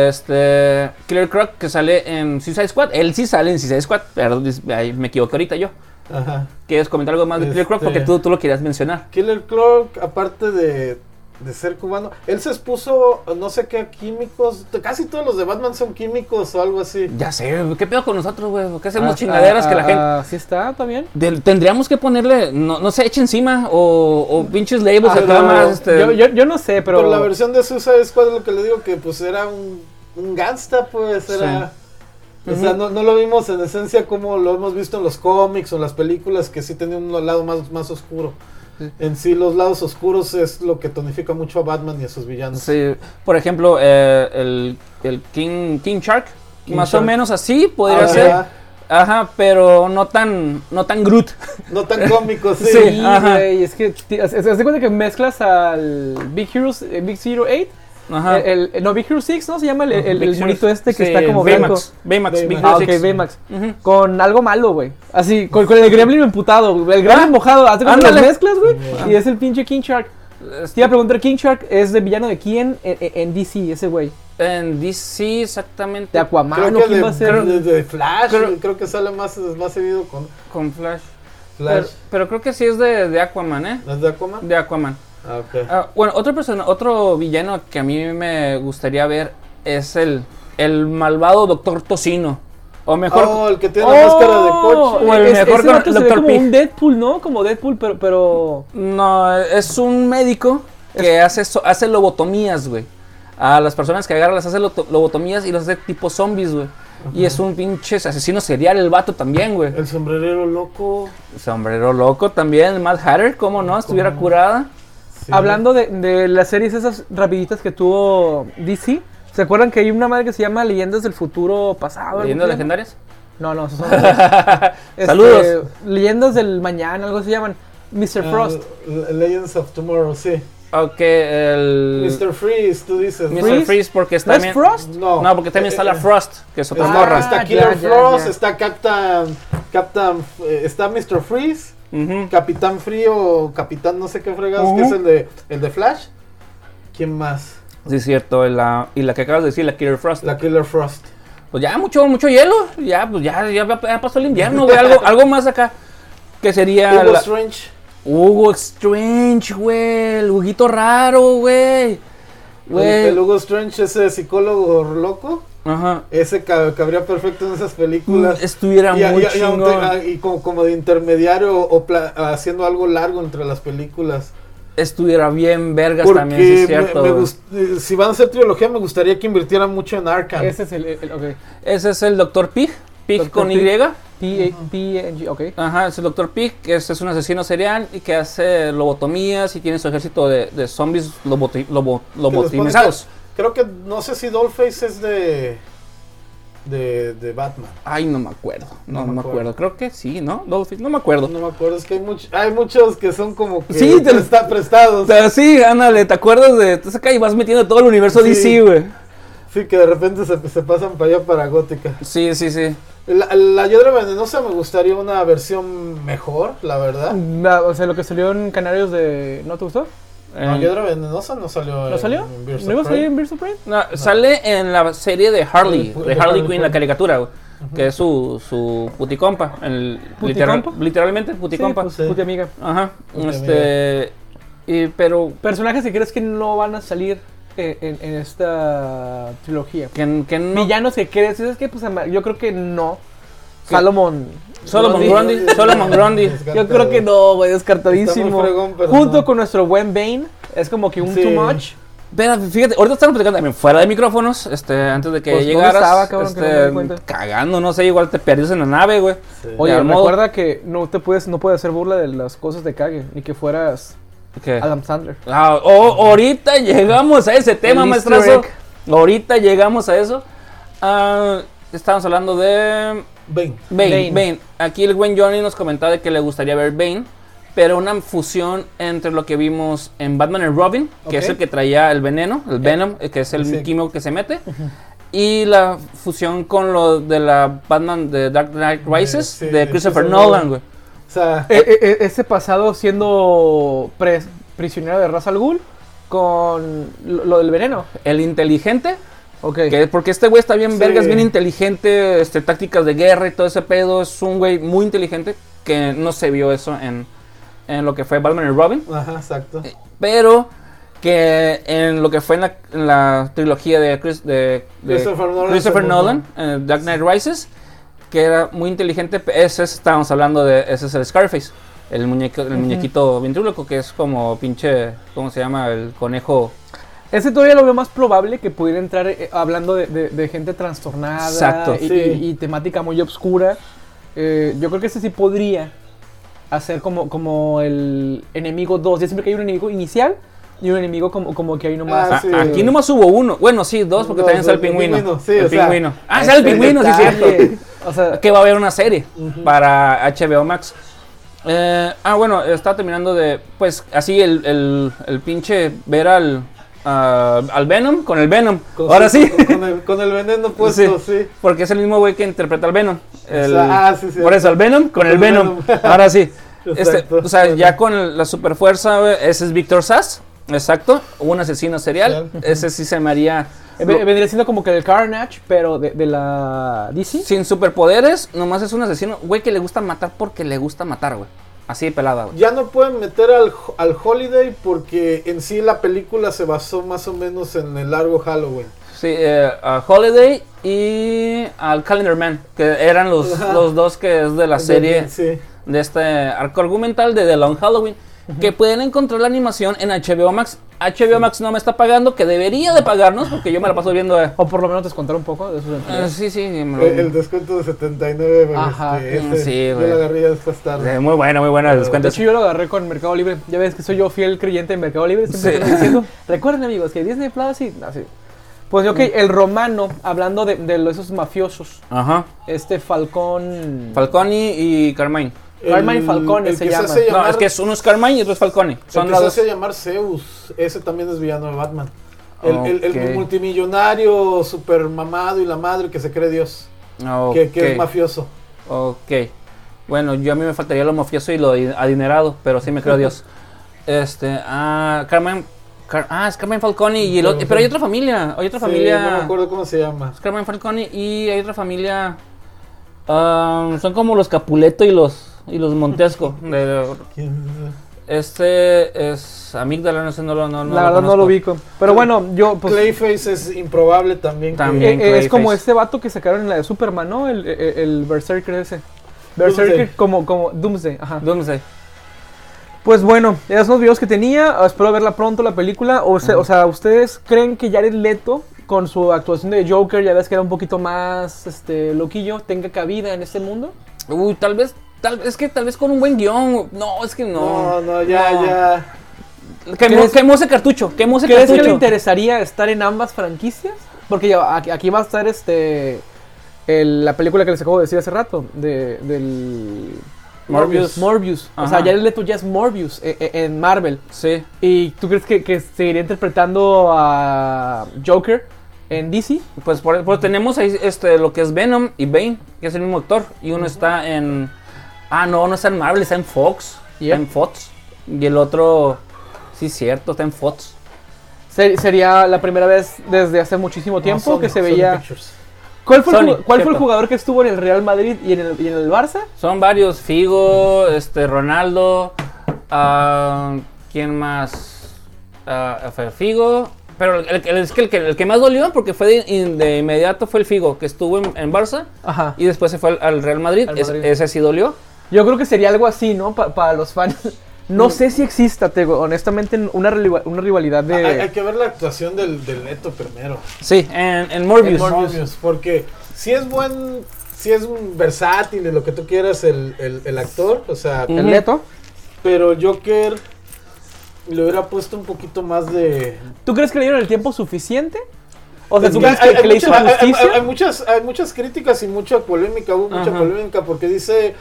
Speaker 1: Este, Killer Croc que sale en Suicide Squad. Él sí sale en Suicide Squad, pero dis- ahí me equivoqué ahorita yo.
Speaker 3: ajá.
Speaker 1: ¿Quieres comentar algo más de Killer Croc?
Speaker 3: Este-
Speaker 1: Porque tú, tú lo querías mencionar.
Speaker 3: Killer Clock, aparte de, de ser cubano, él se expuso no sé qué a químicos. Casi todos los de Batman son químicos o algo así.
Speaker 1: Ya sé, ¿qué pedo con nosotros, güey? ¿Por ¿Qué hacemos
Speaker 2: Ah,
Speaker 1: chingaderas
Speaker 2: ah,
Speaker 1: que la
Speaker 2: ah,
Speaker 1: gente...
Speaker 2: Sí está, también.
Speaker 1: Del- tendríamos que ponerle, no, no sé, eche encima o, o pinches labels
Speaker 2: Ah,
Speaker 1: acá
Speaker 3: pero-
Speaker 1: más. Este,
Speaker 2: Yo, yo, yo no sé, pero.
Speaker 3: Pero la versión de Suicide Squad es lo que le digo que pues era un, un gangsta, pues era... O sea, no, no lo vimos en esencia como lo hemos visto en los cómics o en las películas, que sí tenía un lado más, más oscuro. En sí, los lados oscuros es lo que tonifica mucho a Batman y a sus villanos.
Speaker 1: Sí, por ejemplo, eh, el, el King, King Shark,
Speaker 3: King
Speaker 1: más o
Speaker 3: Shark.
Speaker 1: menos así podría
Speaker 2: Ah,
Speaker 3: Ajá.
Speaker 1: ser. Ajá, pero no tan, no tan Groot.
Speaker 3: No tan cómicos, sí.
Speaker 1: Sí.
Speaker 2: Sí,
Speaker 1: ajá.
Speaker 2: güey, es que. ti- haz- haz de cuenta que mezclas al Big Heroes, eh, Big Zero 8.
Speaker 1: Ajá.
Speaker 2: El, el- no, Big Hero 6, ¿no? Se llama el, Eh, el, el
Speaker 1: Big Sur-
Speaker 2: monito este que
Speaker 1: sí,
Speaker 2: está como blanco.
Speaker 1: Baymax, Baymax, Big
Speaker 3: Baymax.
Speaker 2: Ah,
Speaker 1: Sur
Speaker 2: ok,
Speaker 1: Six.
Speaker 2: Baymax.
Speaker 1: Ujú.
Speaker 2: Con algo malo, güey. Así, con, con el gremlin emputado. güey. El gremlin
Speaker 1: Ah,
Speaker 2: mojado. Hace como las
Speaker 1: ándale.
Speaker 2: mezclas, güey. Y es el pinche King Shark. Te iba a preguntar, ¿King Shark es de villano de quién en, en- en DC, ese güey?
Speaker 1: En DC exactamente
Speaker 2: ¿De Aquaman
Speaker 3: Creo
Speaker 2: o
Speaker 3: que
Speaker 2: quién
Speaker 3: de,
Speaker 2: va a ser?
Speaker 3: de- de Flash,
Speaker 1: creo-
Speaker 3: creo, que sale más, más seguido con
Speaker 1: con Flash. Pero,
Speaker 3: Flash.
Speaker 1: pero creo que sí es de, de Aquaman, ¿eh?
Speaker 3: ¿No es de Aquaman?
Speaker 1: De Aquaman.
Speaker 3: Ah, ok.
Speaker 1: Ah, bueno, otro, persona, otro villano que a mí me gustaría ver es el, el malvado Doctor Tocino. O mejor,
Speaker 3: Oh, el que tiene
Speaker 2: ¡Oh!
Speaker 3: la máscara de coche.
Speaker 1: O el
Speaker 2: Es-
Speaker 1: mejor
Speaker 2: ese
Speaker 1: con
Speaker 2: vato se ve
Speaker 1: Dr.
Speaker 2: como
Speaker 1: Pig.
Speaker 2: un Deadpool, ¿no? Como Deadpool, pero... pero...
Speaker 1: No, es un médico que hace, so- hace lobotomías, güey. A las personas que agarra las hace loto- lobotomías y las hace tipo zombies, güey. Y es un pinche asesino serial el vato también, güey.
Speaker 3: El sombrerero loco.
Speaker 1: Sombrero loco también, Mad Hatter, ¿cómo no? Estuviera curada.
Speaker 3: Sí.
Speaker 2: Hablando de, de las series esas rapiditas que tuvo DC, ¿se acuerdan que hay una madre que se llama Leyendas del Futuro Pasado? algo
Speaker 1: Leyendas
Speaker 2: así, no?
Speaker 1: legendarias.
Speaker 2: No, no, esos son otros. Este,
Speaker 1: Saludos.
Speaker 2: Leyendas del Mañana, algo se llaman. Mr.
Speaker 3: Ah,
Speaker 2: Frost.
Speaker 3: Le- Legends of Tomorrow, sí.
Speaker 1: Ok, el.
Speaker 3: Mr. Freeze, tú dices.
Speaker 1: Mr.
Speaker 3: ¿no?
Speaker 1: Freeze,
Speaker 2: Freeze.
Speaker 1: porque es
Speaker 2: ¿No
Speaker 1: también.
Speaker 2: es Frost?
Speaker 3: No.
Speaker 1: No, porque también está la
Speaker 3: Eh,
Speaker 1: Frost, que es otra
Speaker 3: Está,
Speaker 1: morra.
Speaker 3: está
Speaker 2: Ah,
Speaker 3: Killer
Speaker 2: ya, ya,
Speaker 3: Frost,
Speaker 2: ya.
Speaker 3: está Captain. Captain. eh, Está Mr. Freeze,
Speaker 1: Ujú.
Speaker 3: Capitán Frío, Capitán no sé qué fregados, que es el de, el de Flash. ¿Quién más?
Speaker 1: Sí, es cierto. y la- y la que acabas de decir, la Killer Frost.
Speaker 3: La Killer Frost.
Speaker 1: Pues ya mucho, mucho hielo. Ya, pues ya, ya, ya pasó el invierno, güey. Algo, algo más acá. Que sería
Speaker 3: Hugo
Speaker 1: Ah, la-
Speaker 3: Strange.
Speaker 1: Hugo Strange, güey. El Huguito raro, güey.
Speaker 3: El, el
Speaker 1: Güey.
Speaker 3: Hugo Strange, ese psicólogo loco.
Speaker 1: Ajá. mm,
Speaker 3: Ese cab- cabría perfecto en esas películas.
Speaker 1: Estuviera
Speaker 3: Y, a-
Speaker 1: muy
Speaker 3: y a- y a un te-
Speaker 1: chingón.
Speaker 3: a- y como, como de intermediario o pla- haciendo algo largo entre las películas.
Speaker 1: Estuviera bien vergas
Speaker 3: Porque
Speaker 1: también, sí es
Speaker 3: me-
Speaker 1: cierto.
Speaker 3: me
Speaker 1: güey.
Speaker 3: gust- eh, si van a hacer trilogía, me gustaría que invirtieran mucho en Arkham.
Speaker 2: Ese es el... el, el- ok.
Speaker 1: Ese es el Dr. Pig. Pig
Speaker 2: Dr.
Speaker 1: con
Speaker 2: Pig.
Speaker 1: Y.
Speaker 2: P- PNG, ok.
Speaker 1: Ajá, es el Dr. Pig, que es, es un asesino serial y que hace lobotomías y tiene su ejército de, de zombies loboti- lobo-
Speaker 3: Que los ponen-
Speaker 1: lobotomizados.
Speaker 3: Creo que no sé si Dollface es de de, de Batman.
Speaker 1: Ay, no me acuerdo. No,
Speaker 3: No
Speaker 1: no
Speaker 3: me
Speaker 1: me acuerdo. Creo que sí, ¿no? Dolphin, no me acuerdo.
Speaker 3: No me acuerdo, es que hay, much- hay muchos que son como que
Speaker 1: Sí, te lo-
Speaker 3: presta- prestados.
Speaker 1: O sea, sí, ándale, ¿te acuerdas de.? Entonces acá y vas metiendo todo el universo
Speaker 3: Sí.
Speaker 1: DC, güey.
Speaker 3: Sí, que de repente se, se pasan para allá para gótica.
Speaker 1: Sí, sí, sí.
Speaker 3: La, la Yodra Venenosa me gustaría una versión mejor, la verdad.
Speaker 2: La- o sea, lo que salió en Canarios de. ¿No te gustó?
Speaker 3: La
Speaker 1: Eh,
Speaker 3: Yodra Venenosa no salió.
Speaker 2: ¿No salió?
Speaker 3: Ah, En, en Birds
Speaker 2: ¿No iba a
Speaker 3: of Prey.
Speaker 2: salir en Birds of Prey?
Speaker 1: no, sale en la serie de Harley,
Speaker 3: Sí,
Speaker 1: de
Speaker 3: de
Speaker 1: Harley
Speaker 3: Harley
Speaker 1: Quinn,
Speaker 3: Quinn.
Speaker 1: la caricatura, güey, que es su, su puticompa. El, literal-
Speaker 2: ¿Puticompa?
Speaker 1: literalmente, puticompa.
Speaker 2: Sí, pues, puta amiga.
Speaker 1: Ajá.
Speaker 3: Puta
Speaker 1: este. Y, pero
Speaker 2: Personajes que crees que no van a salir eh, en, en esta trilogía.
Speaker 1: que, que no.
Speaker 2: Villanos que crees, es que pues ama- yo creo que no.
Speaker 1: Sí.
Speaker 2: Salomon.
Speaker 1: Solomon
Speaker 2: Grundy.
Speaker 1: Grundy. Solomon Grundy.
Speaker 2: Yo creo que no, güey, descartadísimo.
Speaker 3: Está muy fregón, pero
Speaker 2: Junto
Speaker 3: no.
Speaker 2: con nuestro buen Bane, es como que un
Speaker 3: Sí.
Speaker 2: too much.
Speaker 1: Pero fíjate, ahorita estamos platicando también fuera de micrófonos, este, antes de que
Speaker 2: Pues, ¿dónde
Speaker 1: llegaras,
Speaker 2: estaba, cabrón, que no me di
Speaker 1: este,
Speaker 2: cuenta?
Speaker 1: cagando, no sé, igual te perdiste en la nave, güey.
Speaker 3: Sí.
Speaker 2: Oye,
Speaker 1: al modo-
Speaker 2: recuerda que no te puedes, no puedes hacer burla de las cosas de Kage, ni que fueras
Speaker 1: ¿Qué?
Speaker 2: Adam Sandler.
Speaker 1: Ah, oh, ahorita llegamos a ese tema,
Speaker 2: El easter
Speaker 1: maestrazo.
Speaker 2: egg.
Speaker 1: Ahorita llegamos a eso. Ah, estábamos hablando de
Speaker 3: Bane.
Speaker 1: Bane,
Speaker 2: Bane.
Speaker 1: Bane. Aquí el buen Johnny nos comentaba de que le gustaría ver Bane, pero una fusión entre lo que vimos en Batman and Robin, que es
Speaker 3: Ok.
Speaker 1: el que traía el veneno, el Venom, eh, que es el
Speaker 3: Sí.
Speaker 1: químico que se mete, y la fusión con lo de la Batman de Dark Knight Rises
Speaker 3: Eh, sí,
Speaker 1: de
Speaker 3: de
Speaker 1: Christopher
Speaker 3: Christopher
Speaker 1: Nolan,
Speaker 3: Nolan.
Speaker 1: güey.
Speaker 3: O sea,
Speaker 2: E- e- e- ese pasado siendo pres- prisionero de Ra's al Ghul con lo, lo del veneno.
Speaker 1: El inteligente,
Speaker 2: Ok.
Speaker 1: que- porque este güey está bien
Speaker 3: Sí.
Speaker 1: verga, es bien inteligente, este, tácticas de guerra y todo ese pedo, es un güey muy inteligente que no se vio eso en, en lo que fue Batman and Robin.
Speaker 3: ajá, exacto.
Speaker 2: Eh,
Speaker 1: pero que en lo que fue en la, en la trilogía de, Chris- de- de
Speaker 3: Christopher Nolan.
Speaker 1: Christopher
Speaker 3: se
Speaker 1: Nolan,
Speaker 3: mudó.
Speaker 1: eh, Dark Knight Rises, que era muy inteligente, pe- ese es- estábamos hablando de, ese es el Scarface, el, muñeco, el muñequito ventríloco que es como pinche, ¿cómo se llama? El conejo.
Speaker 2: Ese todavía lo veo más probable que pudiera entrar eh, hablando de, de- de gente trastornada
Speaker 1: Exacto.
Speaker 2: y,
Speaker 3: Sí.
Speaker 2: y- y temática muy obscura. Eh, yo creo que ese sí podría hacer como, como el enemigo 2. Ya siempre que hay un enemigo inicial y un enemigo como, como que hay nomás.
Speaker 3: Ah,
Speaker 1: A-
Speaker 3: sí.
Speaker 1: Aquí nomás hubo uno, bueno, sí, dos, porque
Speaker 3: Dos,
Speaker 1: también está el
Speaker 3: el
Speaker 1: pingüino.
Speaker 3: pingüino, sí,
Speaker 1: el
Speaker 3: o sea,
Speaker 1: pingüino. ah, sale el
Speaker 2: Ese
Speaker 1: pingüino, sí, es cierto.
Speaker 2: detalle. O sea,
Speaker 1: que va a haber una serie para HBO Max. Eh, ah, bueno, está terminando de. Pues así el, el, el pinche ver al, ah, al Venom con el Venom.
Speaker 3: Con
Speaker 1: Ahora
Speaker 3: su-
Speaker 1: sí.
Speaker 3: Con el, con el veneno puesto, sí.
Speaker 1: Porque es el mismo güey que interpreta al Venom. El-
Speaker 3: ah, sí, sí.
Speaker 1: por eso, al Venom con el
Speaker 3: el
Speaker 1: Venom.
Speaker 3: Venom.
Speaker 1: Ahora sí. Este,
Speaker 3: Exacto.
Speaker 1: o sea, ya con el- la superfuerza, güey, ese es Víctor Sass. Exacto. Un asesino serial.
Speaker 3: Serial.
Speaker 1: Ese sí se me haría.
Speaker 2: eh, ve- vendría siendo como que el Carnage, pero de, de la DC.
Speaker 1: Sin superpoderes, nomás es un asesino, güey, que le gusta matar porque le gusta matar, güey. Así de pelada, güey.
Speaker 3: Ya no pueden meter al, al Holiday porque en sí la película se basó más o menos en el largo Halloween.
Speaker 1: Sí, eh, a Holiday y al Calendar Man, que eran los,
Speaker 3: Ajá.
Speaker 1: los dos que es de la serie
Speaker 3: Sí.
Speaker 1: de este arco argumental de The Long Halloween. Que pueden encontrar la animación en HBO Max. HBO Max no me está pagando, que debería de pagarnos, porque yo me la paso viendo. eh,
Speaker 2: O por lo menos descontar un poco de sus
Speaker 3: Ah,
Speaker 1: eh,
Speaker 2: anteriores.
Speaker 1: sí, sí, me lo-
Speaker 3: El, el descuento de 79. güey,
Speaker 2: Mm. Ajá,
Speaker 3: este, este,
Speaker 1: sí,
Speaker 3: Yo
Speaker 1: güey.
Speaker 3: lo agarré ya después tarde.
Speaker 1: Eh, muy bueno, muy bueno el descuento.
Speaker 2: De hecho, yo lo agarré con Mercado Libre. Ya ves que soy yo fiel creyente en Mercado Libre. Siempre
Speaker 1: Sí.
Speaker 2: estoy diciendo, recuerden, amigos, que Disney Plus y así. Pues yo que el romano, hablando de, de los- esos mafiosos,
Speaker 1: Ajá.
Speaker 2: este Falcón.
Speaker 1: Falconi y Carmine.
Speaker 2: Carmine Falcone
Speaker 3: el
Speaker 2: se
Speaker 3: que
Speaker 2: llama.
Speaker 3: hace
Speaker 1: No,
Speaker 3: llamar-
Speaker 1: es que es uno es Carmine y otro es Falconi.
Speaker 3: El
Speaker 1: Son
Speaker 3: que
Speaker 1: las
Speaker 3: se
Speaker 1: dos.
Speaker 3: hace llamar Zeus, ese también es villano de Batman. El, el- el
Speaker 1: Ok.
Speaker 3: multimillonario super mamado y la madre que se cree Dios, que, que
Speaker 1: Ah, Ok.
Speaker 3: es mafioso.
Speaker 1: Ok. Bueno, yo a mí me faltaría lo mafioso y lo adi- adinerado, pero sí me creo Dios. Este, ah, Carmen. Car- ah, es Carmen Falcone y el otro. Pero hay otra familia. Hay otra
Speaker 3: Sí,
Speaker 1: familia.
Speaker 3: no me acuerdo cómo se llama.
Speaker 1: Es Carmen Falcone y hay otra familia. ah, son como los Capuleto y los y los Montesco. de-
Speaker 3: ¿Quién?
Speaker 1: este es Amígdala, no sé, no lo. No, no
Speaker 2: la verdad no lo
Speaker 1: conozco.
Speaker 2: ubico. Pero bueno, yo pues.
Speaker 3: Clayface es improbable también. que-
Speaker 1: También.
Speaker 2: eh, eh, es
Speaker 1: Clayface.
Speaker 2: como este vato que sacaron en la de Superman, ¿no? El, el, el Berserker ese. Berserker
Speaker 3: Doomsday.
Speaker 2: como, como Doomsday, ajá.
Speaker 1: ¿Dónde sé?
Speaker 2: Pues bueno, esos son los videos que tenía. Ah, Espero verla pronto la película. O sea, o sea, ¿ustedes creen que Jared Leto, con su actuación de Joker, ya ves que era un poquito más este, loquillo, tenga cabida en este mundo?
Speaker 1: Uy, tal vez. Tal, es que tal vez con un buen guión. No, es que no.
Speaker 3: No, no, ya,
Speaker 1: no.
Speaker 3: ya.
Speaker 1: Quemó,
Speaker 2: ¿Crees-
Speaker 1: quemó ese cartucho. Quemó ese
Speaker 2: ¿Crees que
Speaker 1: cartucho.
Speaker 2: le interesaría estar en ambas franquicias? Porque ya, aquí, aquí va a estar este, el- la película que les acabo de decir hace rato, de, del...
Speaker 1: Morbius.
Speaker 2: Morbius. O
Speaker 1: Ajá.
Speaker 2: sea, Jared Leto ya es Morbius eh, eh, en Marvel.
Speaker 1: Sí.
Speaker 2: ¿Y tú crees que, que seguiría interpretando a Joker en DC.
Speaker 1: Pues por, por- tenemos ahí este, lo que es Venom y Bane, que es el mismo actor. Y uno está en. Ah, no, no está en Marvel, está en Fox.
Speaker 2: Yeah.
Speaker 1: Está en Fox. Y el otro. Sí, cierto, está en Fox.
Speaker 2: Se- sería la primera vez desde hace muchísimo tiempo que se veía. ¿Cuál, fue, el,
Speaker 1: Sony,
Speaker 2: ju- cuál fue el
Speaker 1: cierto.
Speaker 2: jugador que estuvo en el Real Madrid y en el, y en el Barça?
Speaker 1: Son varios: Figo, este, Ronaldo. ah, ¿Quién más? Ah, fue Figo. Pero el, el- es que el, que el que más dolió, porque fue de, in- de inmediato, fue el Figo, que estuvo en, en Barça.
Speaker 2: Ajá.
Speaker 1: Y después se fue al, al Real Madrid.
Speaker 2: Al
Speaker 1: Es-
Speaker 2: Madrid.
Speaker 1: ese sí dolió.
Speaker 2: Yo creo que sería algo así, ¿no? Pa- para los fans. No sé si exista, te digo, honestamente, una, rival- una rivalidad de.
Speaker 3: Hay, hay que ver la actuación del, del Neto primero.
Speaker 1: Sí, en, en Morbius.
Speaker 3: Morbius, Porque si es buen, si es un versátil y lo que tú quieras el, el- el actor, o sea,
Speaker 1: Mm.
Speaker 2: el
Speaker 1: Ujú.
Speaker 2: Neto.
Speaker 3: pero Joker le hubiera puesto un poquito más de...
Speaker 2: ¿Tú crees que le dieron el tiempo suficiente? O sea,
Speaker 3: Es
Speaker 2: ¿tú
Speaker 3: que
Speaker 2: crees que, que le hizo
Speaker 3: mucha- hay-
Speaker 2: justicia?
Speaker 3: hay- hay muchas, hay muchas críticas y mucha polémica, hubo mucha
Speaker 1: Ajá.
Speaker 3: polémica porque dice...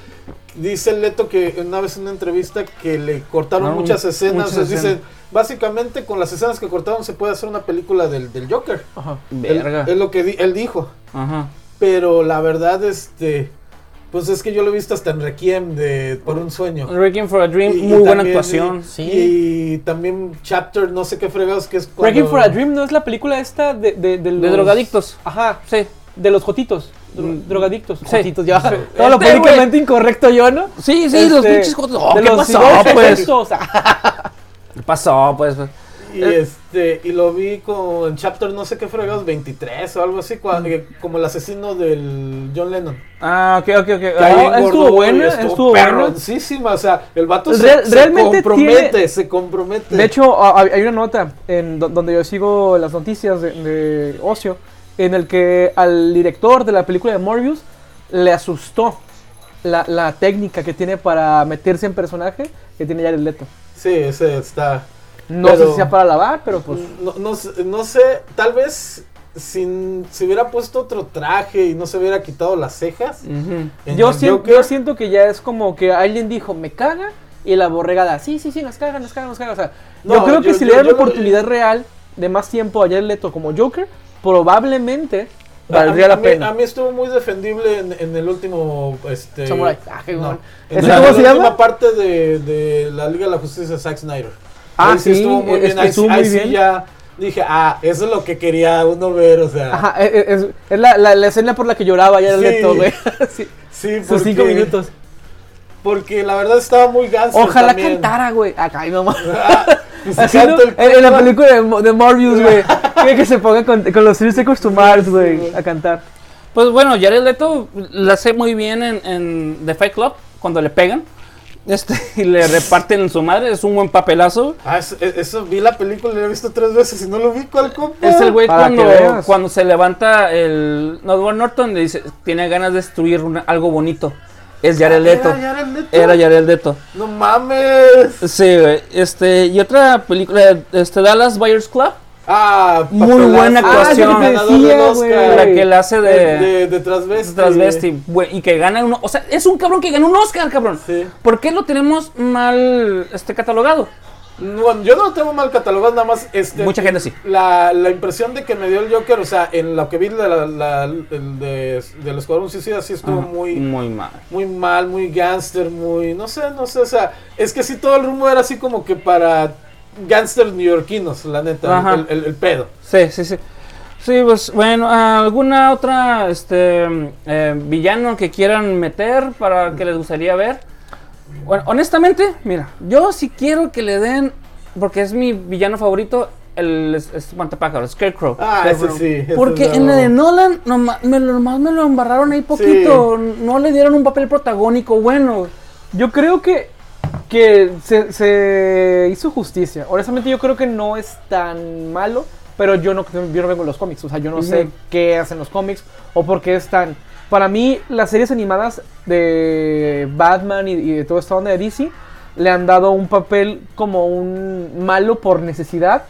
Speaker 3: Dice el Leto que una vez en una entrevista que le cortaron
Speaker 1: No,
Speaker 3: muchas escenas.
Speaker 1: muchas
Speaker 3: o sea, dice,
Speaker 1: escenas.
Speaker 3: básicamente con las escenas que cortaron se puede hacer una película del, del Joker.
Speaker 2: Ajá.
Speaker 3: Él-
Speaker 1: Verga.
Speaker 3: Es lo que di- él dijo.
Speaker 1: Ajá.
Speaker 3: Pero la verdad, este. Pues es que yo lo he visto hasta en Requiem de Por un sueño.
Speaker 1: Requiem for a Dream,
Speaker 3: Y- y
Speaker 1: muy buena
Speaker 3: también- eh,
Speaker 1: actuación.
Speaker 3: Y,
Speaker 2: Sí.
Speaker 3: y también Chapter, no sé qué fregados que es. Cuando...
Speaker 2: Wrecking for a Dream no es la película esta de, de, de los.
Speaker 1: De drogadictos.
Speaker 2: Ajá,
Speaker 1: Sí.
Speaker 2: de los jotitos. dro-
Speaker 1: Mm.
Speaker 2: drogadictos.
Speaker 1: Sí.
Speaker 2: Jotitos, ya.
Speaker 1: Sí.
Speaker 2: Todo lo
Speaker 1: Este, güey.
Speaker 2: políticamente incorrecto yo, ¿no?
Speaker 1: Sí, sí,
Speaker 2: Este,
Speaker 1: los pinches jotos. Oh,
Speaker 2: de
Speaker 1: ¿Qué
Speaker 2: los
Speaker 1: pasó,
Speaker 2: divorcios
Speaker 1: pues?
Speaker 2: estos, ah.
Speaker 1: ¿Qué pasó, pues?
Speaker 3: Y,
Speaker 2: Eh.
Speaker 3: este, y lo vi con Chapter, no sé qué fregados, 23 o algo así,
Speaker 2: Mm.
Speaker 3: cua- que- como el asesino del John Lennon.
Speaker 1: Ah, ok, ok, ok.
Speaker 3: Que ahí
Speaker 2: Ah,
Speaker 3: engordó
Speaker 2: estuvo
Speaker 3: y
Speaker 2: buena, estuvo buena.
Speaker 3: perroncísima, O sea, el vato se-
Speaker 2: Real-
Speaker 3: se,
Speaker 2: realmente
Speaker 3: compromete,
Speaker 2: tiene-
Speaker 3: se compromete.
Speaker 2: De hecho, a- hay hay una nota en do- donde yo sigo las noticias de, de Ocio, en el que al director de la película de Morbius le asustó la, la técnica que tiene para meterse en personaje que tiene Jared Leto.
Speaker 3: sí, ese está.
Speaker 2: No sé
Speaker 3: Pero-
Speaker 2: si sea para lavar, pero pues...
Speaker 3: No, no, sé- no sé, tal vez si se hubiera puesto otro traje y no se hubiera quitado las cejas.
Speaker 1: Ujú.
Speaker 3: en
Speaker 2: Yo,
Speaker 3: el
Speaker 2: sien-
Speaker 3: Joker,
Speaker 2: yo siento que ya es como que alguien dijo, me caga, y la borrega da, sí, sí, sí, nos cagan, nos cagan, nos cagan. O sea, yo
Speaker 3: No,
Speaker 2: creo que
Speaker 3: yo-
Speaker 2: si
Speaker 3: yo-
Speaker 2: le dan
Speaker 3: yo
Speaker 2: la
Speaker 3: lo-
Speaker 2: oportunidad real de más tiempo a Jared Leto como Joker, probablemente
Speaker 3: a- a
Speaker 2: valdría
Speaker 3: mí-
Speaker 2: la
Speaker 3: a mí-
Speaker 2: pena.
Speaker 3: A mí estuvo muy defendible en, en el último. Este,
Speaker 2: Samurai. Ah, qué bueno.
Speaker 3: en
Speaker 2: ¿Ese
Speaker 3: la,
Speaker 2: cómo
Speaker 3: en
Speaker 2: se
Speaker 3: la
Speaker 2: llama?
Speaker 3: última parte de, de la Liga de la Justicia de Zack Snyder.
Speaker 2: Ah,
Speaker 3: Ahí
Speaker 2: sí,
Speaker 3: estuvo muy
Speaker 2: es-
Speaker 3: bien. Ahí,
Speaker 2: estuvo
Speaker 3: ahí
Speaker 2: muy
Speaker 3: sí
Speaker 2: bien.
Speaker 3: ya dije, ah, eso es lo que quería uno ver, o sea.
Speaker 2: Ajá, e- e- es, es la, la- la escena por la que lloraba Jared
Speaker 3: Sí.
Speaker 2: Leto, güey. Sí,
Speaker 3: Sí,
Speaker 2: sus cinco
Speaker 3: porque-
Speaker 2: minutos.
Speaker 3: Porque la verdad estaba muy ganso.
Speaker 2: Ojalá
Speaker 3: también.
Speaker 2: cantara, güey. Ah, Acá, mi mamá.
Speaker 3: Pues,
Speaker 2: Así,
Speaker 3: canta
Speaker 2: ¿no?
Speaker 3: el
Speaker 2: en, en la
Speaker 3: compa.
Speaker 2: película de, Mo- de Morbius, güey. Que, que se ponga con, con los Three Seconds to Mars, güey, a cantar.
Speaker 1: Pues bueno, Jared Leto la hace muy bien en, en The Fight Club, cuando le pegan este, y le reparten en su madre. Es un buen papelazo.
Speaker 3: Ah, eso, eso- vi la película, la he visto tres veces y no lo vi al compa.
Speaker 1: Es el güey
Speaker 2: Para que
Speaker 1: cuando,
Speaker 2: veas.
Speaker 1: cuando se levanta el Edward Norton le dice, tiene ganas de destruir una- algo bonito. Es Jared Leto.
Speaker 3: Era Jared Leto.
Speaker 1: Era Jared Leto.
Speaker 3: No mames.
Speaker 1: Sí, güey. Este, y otra película, este, Dallas Buyers Club.
Speaker 3: Ah,
Speaker 1: Muy
Speaker 3: papelazo.
Speaker 1: buena actuación.
Speaker 3: Ah,
Speaker 2: Ah, yo te decía, güey.
Speaker 1: La que la hace
Speaker 3: de,
Speaker 1: de,
Speaker 3: de, de transvesti.
Speaker 1: transvesti. güey, y que gana uno. O sea, es un cabrón que gana un Oscar, cabrón.
Speaker 3: Sí.
Speaker 1: ¿Por qué lo tenemos mal este, catalogado?
Speaker 3: Bueno, yo no lo tengo mal catalogado, nada más este,
Speaker 1: Mucha gente sí.
Speaker 3: la, la impresión de que me dio el Joker, o sea, en lo que vi de la, la- el de, del Escuadrón Suicida sí estuvo
Speaker 1: Ajá,
Speaker 3: muy...
Speaker 1: muy mal.
Speaker 3: muy mal, muy gangster, muy. No sé, no sé, o sea, es que sí, todo el rumbo era así como que para gangsters neoyorquinos, la neta,
Speaker 1: Ajá.
Speaker 3: el, el- el pedo.
Speaker 1: Sí, sí, sí. Sí, pues bueno, ¿alguna otra este, eh, villano que quieran meter para que les gustaría ver? Bueno, honestamente, mira, yo sí quiero que le den, porque es mi villano favorito, el es- es espantapájaros, Scarecrow.
Speaker 3: Ah, ese sí. ese
Speaker 1: Porque
Speaker 3: no.
Speaker 1: en el de Nolan nomás me, lo- nomás me lo embarraron ahí poquito, no le dieron un papel protagónico bueno.
Speaker 2: Yo creo que, que se, se hizo justicia. Honestamente, yo creo que no es tan malo, pero yo no, yo no vengo en los cómics. O sea, yo no sé
Speaker 1: Ujú.
Speaker 2: qué hacen los cómics o por qué están. Para mí, las series animadas de Batman y, y de toda esta onda de DC le han dado un papel como un malo por necesidad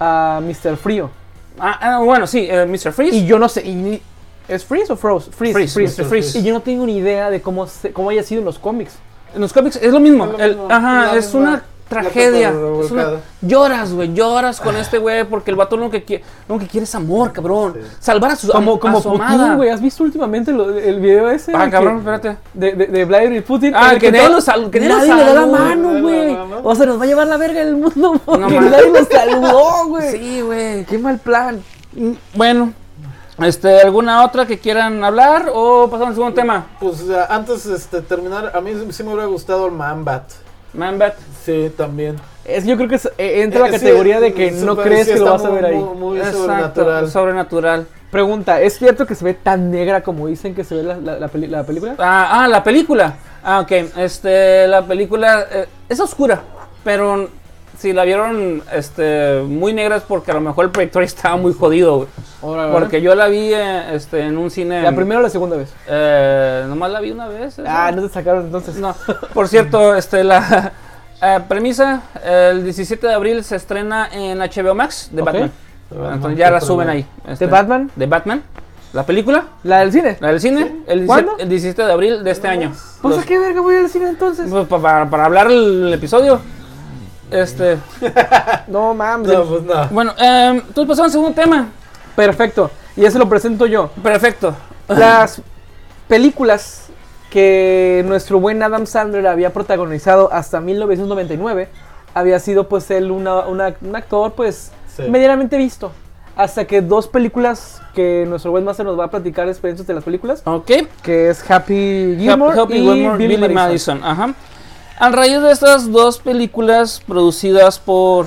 Speaker 2: a Mr. Frío.
Speaker 1: Ah, ah, bueno, sí, eh, Mr. Freeze.
Speaker 2: Y yo no sé. y ni- ¿Es Freeze o Froze? Freeze.
Speaker 1: Freeze,
Speaker 2: Freeze.
Speaker 1: Mr. Freeze.
Speaker 2: Y yo no tengo ni idea de cómo, se- cómo haya sido en los cómics.
Speaker 1: En los cómics es lo mismo.
Speaker 3: Es lo
Speaker 1: el-
Speaker 3: mismo,
Speaker 1: Ajá,
Speaker 3: la
Speaker 1: es
Speaker 3: misma.
Speaker 1: una tragedia.
Speaker 3: La pata
Speaker 1: es una-
Speaker 3: revolcada.
Speaker 1: lloras, güey, lloras con este güey porque el vato lo que quiere, lo que quiere es amor, cabrón.
Speaker 3: Sí.
Speaker 1: Salvar a su
Speaker 2: Como,
Speaker 1: a-
Speaker 2: como
Speaker 1: a su
Speaker 2: Putin,
Speaker 1: amada.
Speaker 2: güey. ¿Has visto últimamente lo- el video ese?
Speaker 1: Ah,
Speaker 2: que-
Speaker 1: cabrón, espérate.
Speaker 2: De, de, de Vladimir Putin.
Speaker 1: Ah,
Speaker 2: en
Speaker 1: que nadie
Speaker 2: todo-
Speaker 1: lo sal- que nadie lo
Speaker 2: nadie le da la
Speaker 1: saludó,
Speaker 2: mano,
Speaker 3: nadie le
Speaker 2: güey.
Speaker 3: da la mano.
Speaker 2: O sea, nos va a llevar la verga del mundo porque
Speaker 1: mames.
Speaker 2: nadie lo saludó, güey.
Speaker 1: Sí, güey.
Speaker 2: Qué mal plan.
Speaker 1: Bueno, este, ¿alguna otra que quieran hablar o pasamos al segundo tema?
Speaker 3: Pues ah, antes de terminar, a mí sí me hubiera gustado el Mambat.
Speaker 1: Man Bat.
Speaker 3: Sí, también.
Speaker 2: Es, que yo creo que es- eh, entra
Speaker 3: Eh,
Speaker 2: la
Speaker 3: sí,
Speaker 2: categoría de que
Speaker 3: eh,
Speaker 2: no
Speaker 3: super-
Speaker 2: crees
Speaker 3: sí
Speaker 2: que lo
Speaker 3: está
Speaker 2: vas a
Speaker 3: muy-
Speaker 2: ver ahí.
Speaker 3: Muy, muy
Speaker 1: Exacto,
Speaker 3: sobrenatural.
Speaker 1: sobrenatural.
Speaker 2: Pregunta, ¿es cierto que se ve tan negra como dicen que se ve la, la- la peli- la película?
Speaker 1: Ah, ah, la película. Ah, ok. Este, la película eh, es oscura, pero si la vieron este, muy negra es porque a lo mejor el proyector estaba muy jodido, güey.
Speaker 2: Ahora, ¿verdad?
Speaker 1: Porque yo la vi eh, este, en un cine.
Speaker 2: ¿La primera o la segunda vez?
Speaker 1: eh, nomás la vi una vez. esa.
Speaker 2: Ah, no te sacaron entonces.
Speaker 1: No, por cierto, este, la eh, premisa, el 17 de abril se estrena en HBO Max de
Speaker 2: Ok.
Speaker 1: Batman.
Speaker 3: De Batman,
Speaker 1: Entonces ya la
Speaker 3: qué
Speaker 1: suben
Speaker 3: problema.
Speaker 1: ahí. este,
Speaker 2: ¿De Batman?
Speaker 1: De Batman. ¿La película?
Speaker 2: ¿La del cine?
Speaker 1: ¿La del cine? El, 17,
Speaker 2: ¿Cuándo?
Speaker 1: el 17 de abril de este año.
Speaker 2: Pues
Speaker 1: Los-
Speaker 2: a qué verga voy al cine entonces.
Speaker 1: pues, pa- para, para hablar el, episodio. Este,
Speaker 2: No mames.
Speaker 3: No, pues nada.
Speaker 1: bueno, em, tú pasamos al segundo tema.
Speaker 2: Perfecto. Y ese lo presento yo.
Speaker 1: Perfecto.
Speaker 2: Las películas que nuestro buen Adam Sandler había protagonizado hasta 1999 había sido pues él una- una- un actor pues
Speaker 3: Sí.
Speaker 2: medianamente visto. Hasta que dos películas que nuestro buen Master nos va a platicar experiencias de las películas,
Speaker 1: Ok.
Speaker 2: que es Happy Gilmore
Speaker 1: Happy
Speaker 2: y
Speaker 1: Gilmore,
Speaker 2: Billy,
Speaker 1: Billy
Speaker 2: Madison.
Speaker 1: Madison. Ajá. A raíz de estas dos películas producidas por.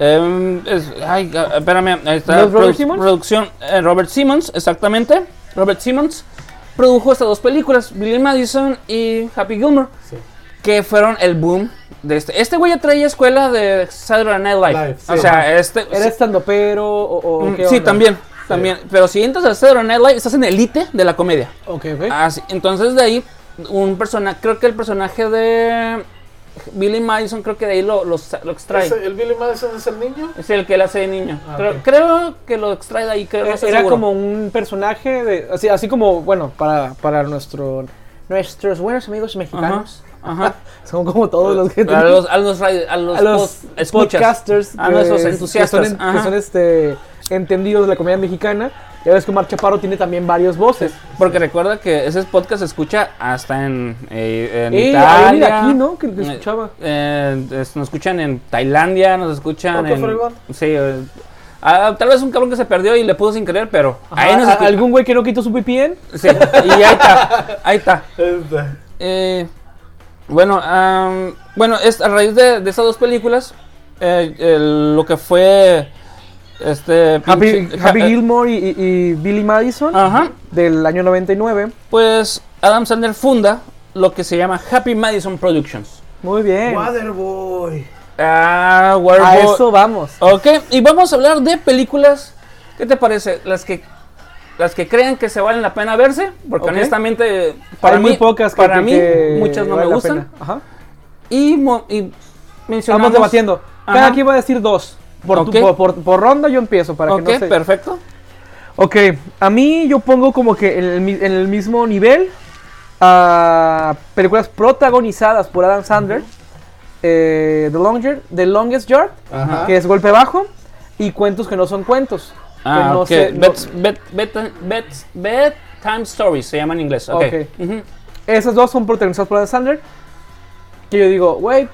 Speaker 1: em, es- ay, ah, espérame. ahí está,
Speaker 2: ¿No es Robert
Speaker 1: produ-
Speaker 2: Simmons?
Speaker 1: Producción, eh, Robert Simmons, exactamente. Robert Simmons produjo estas dos películas, Billy Madison y Happy Gilmore,
Speaker 3: Sí.
Speaker 1: que fueron el boom de este. Este güey ya traía escuela de Saturday Night Live.
Speaker 3: Live, sí.
Speaker 1: O sea, este.
Speaker 2: ¿Era
Speaker 1: sí,
Speaker 2: estando pero o, o
Speaker 1: mm,
Speaker 2: qué
Speaker 1: sí,
Speaker 2: onda?
Speaker 1: también. También. Pero si entras a Saturday Night Live, estás en elite de la comedia.
Speaker 2: Ok, ok.
Speaker 1: Ah, sí. Entonces de ahí, un personaje, creo que el personaje de Billy Madison, creo que de ahí lo, lo, sa- lo extrae.
Speaker 3: Ese- ¿El Billy Madison es el niño?
Speaker 1: Es el que él hace de niño.
Speaker 3: Ah,
Speaker 1: creo,
Speaker 3: ok.
Speaker 1: creo que lo extrae de ahí, creo. no
Speaker 2: Eh, Era
Speaker 1: estoy seguro.
Speaker 2: como un personaje de así, así como bueno para, para nuestro nuestros buenos amigos
Speaker 1: Ajá,
Speaker 2: mexicanos.
Speaker 1: ajá.
Speaker 2: Son como todos los que
Speaker 1: A los, a los, radio- a los,
Speaker 2: a los
Speaker 1: pod- escuchas.
Speaker 2: podcasters eh,
Speaker 1: A nuestros
Speaker 2: que-
Speaker 1: Ah, entusiastas,
Speaker 2: que son, en- que
Speaker 1: ajá.
Speaker 2: son, este entendidos de la comedia mexicana. Ya ves que Omar Chaparro tiene también varias voces.
Speaker 1: Porque recuerda que ese podcast se escucha hasta en, eh, en
Speaker 2: Eh,
Speaker 1: Italia.
Speaker 2: ahí mira, aquí, ¿no? Que- que
Speaker 1: Eh,
Speaker 2: escuchaba.
Speaker 1: eh, es- nos escuchan en Tailandia, nos escuchan
Speaker 3: Oh, qué
Speaker 1: en...
Speaker 3: fregón.
Speaker 1: Sí, eh, ah, tal vez un cabrón que se perdió y le puso sin querer, pero... ahí nos
Speaker 2: Ajá,
Speaker 1: escu-
Speaker 2: algún güey que no quitó su VPN.
Speaker 1: Sí, y ahí está, ahí está.
Speaker 3: Este.
Speaker 1: Eh, bueno, am, bueno es, a raíz de, de esas dos películas, eh, el- lo que fue este...
Speaker 2: Happy,
Speaker 1: pinche-
Speaker 2: Happy
Speaker 1: ja- eh, Ah.
Speaker 2: Gilmore y, y- y Billy Madison
Speaker 1: Ajá,
Speaker 2: del año 99.
Speaker 1: pues Adam Sandler funda lo que se llama Happy Madison Productions.
Speaker 2: Muy bien.
Speaker 3: Waterboy.
Speaker 1: Ah,
Speaker 2: A
Speaker 1: Warhol-
Speaker 2: eso vamos.
Speaker 1: Ok, y vamos a hablar de películas. ¿Qué te parece? Las que las que crean que se valen la pena verse, porque
Speaker 2: Ok.
Speaker 1: honestamente para
Speaker 2: Hay
Speaker 1: mí
Speaker 2: muy pocas que-
Speaker 1: para
Speaker 2: que-
Speaker 1: mí
Speaker 2: que
Speaker 1: muchas no
Speaker 2: vale
Speaker 1: me
Speaker 2: la
Speaker 1: gustan
Speaker 2: pena. Ajá.
Speaker 1: y, mo- y
Speaker 2: Estamos
Speaker 1: mencionamos
Speaker 2: debatiendo.
Speaker 1: Ajá.
Speaker 2: Cada quien va a decir dos. Por, tu-
Speaker 1: Ok.
Speaker 2: por, por- por ronda yo empiezo para
Speaker 1: Ok,
Speaker 2: que no se...
Speaker 1: perfecto.
Speaker 2: Ok, a mí yo pongo como que en el, mi- en el mismo nivel a películas protagonizadas por Adam Sandler, eh, The, Longer, The Longest Yard,
Speaker 3: Ajá.
Speaker 2: que es Golpe Bajo, y Cuentos que no son cuentos.
Speaker 1: Ah,
Speaker 2: que no
Speaker 1: ok.
Speaker 2: sé- no-
Speaker 1: Bed- bed- bed- bed- bedtime stories se llama en inglés. Ok.
Speaker 2: Ok.
Speaker 1: Ujú.
Speaker 2: esas dos son protagonizadas por Adam Sandler, que yo digo, güey,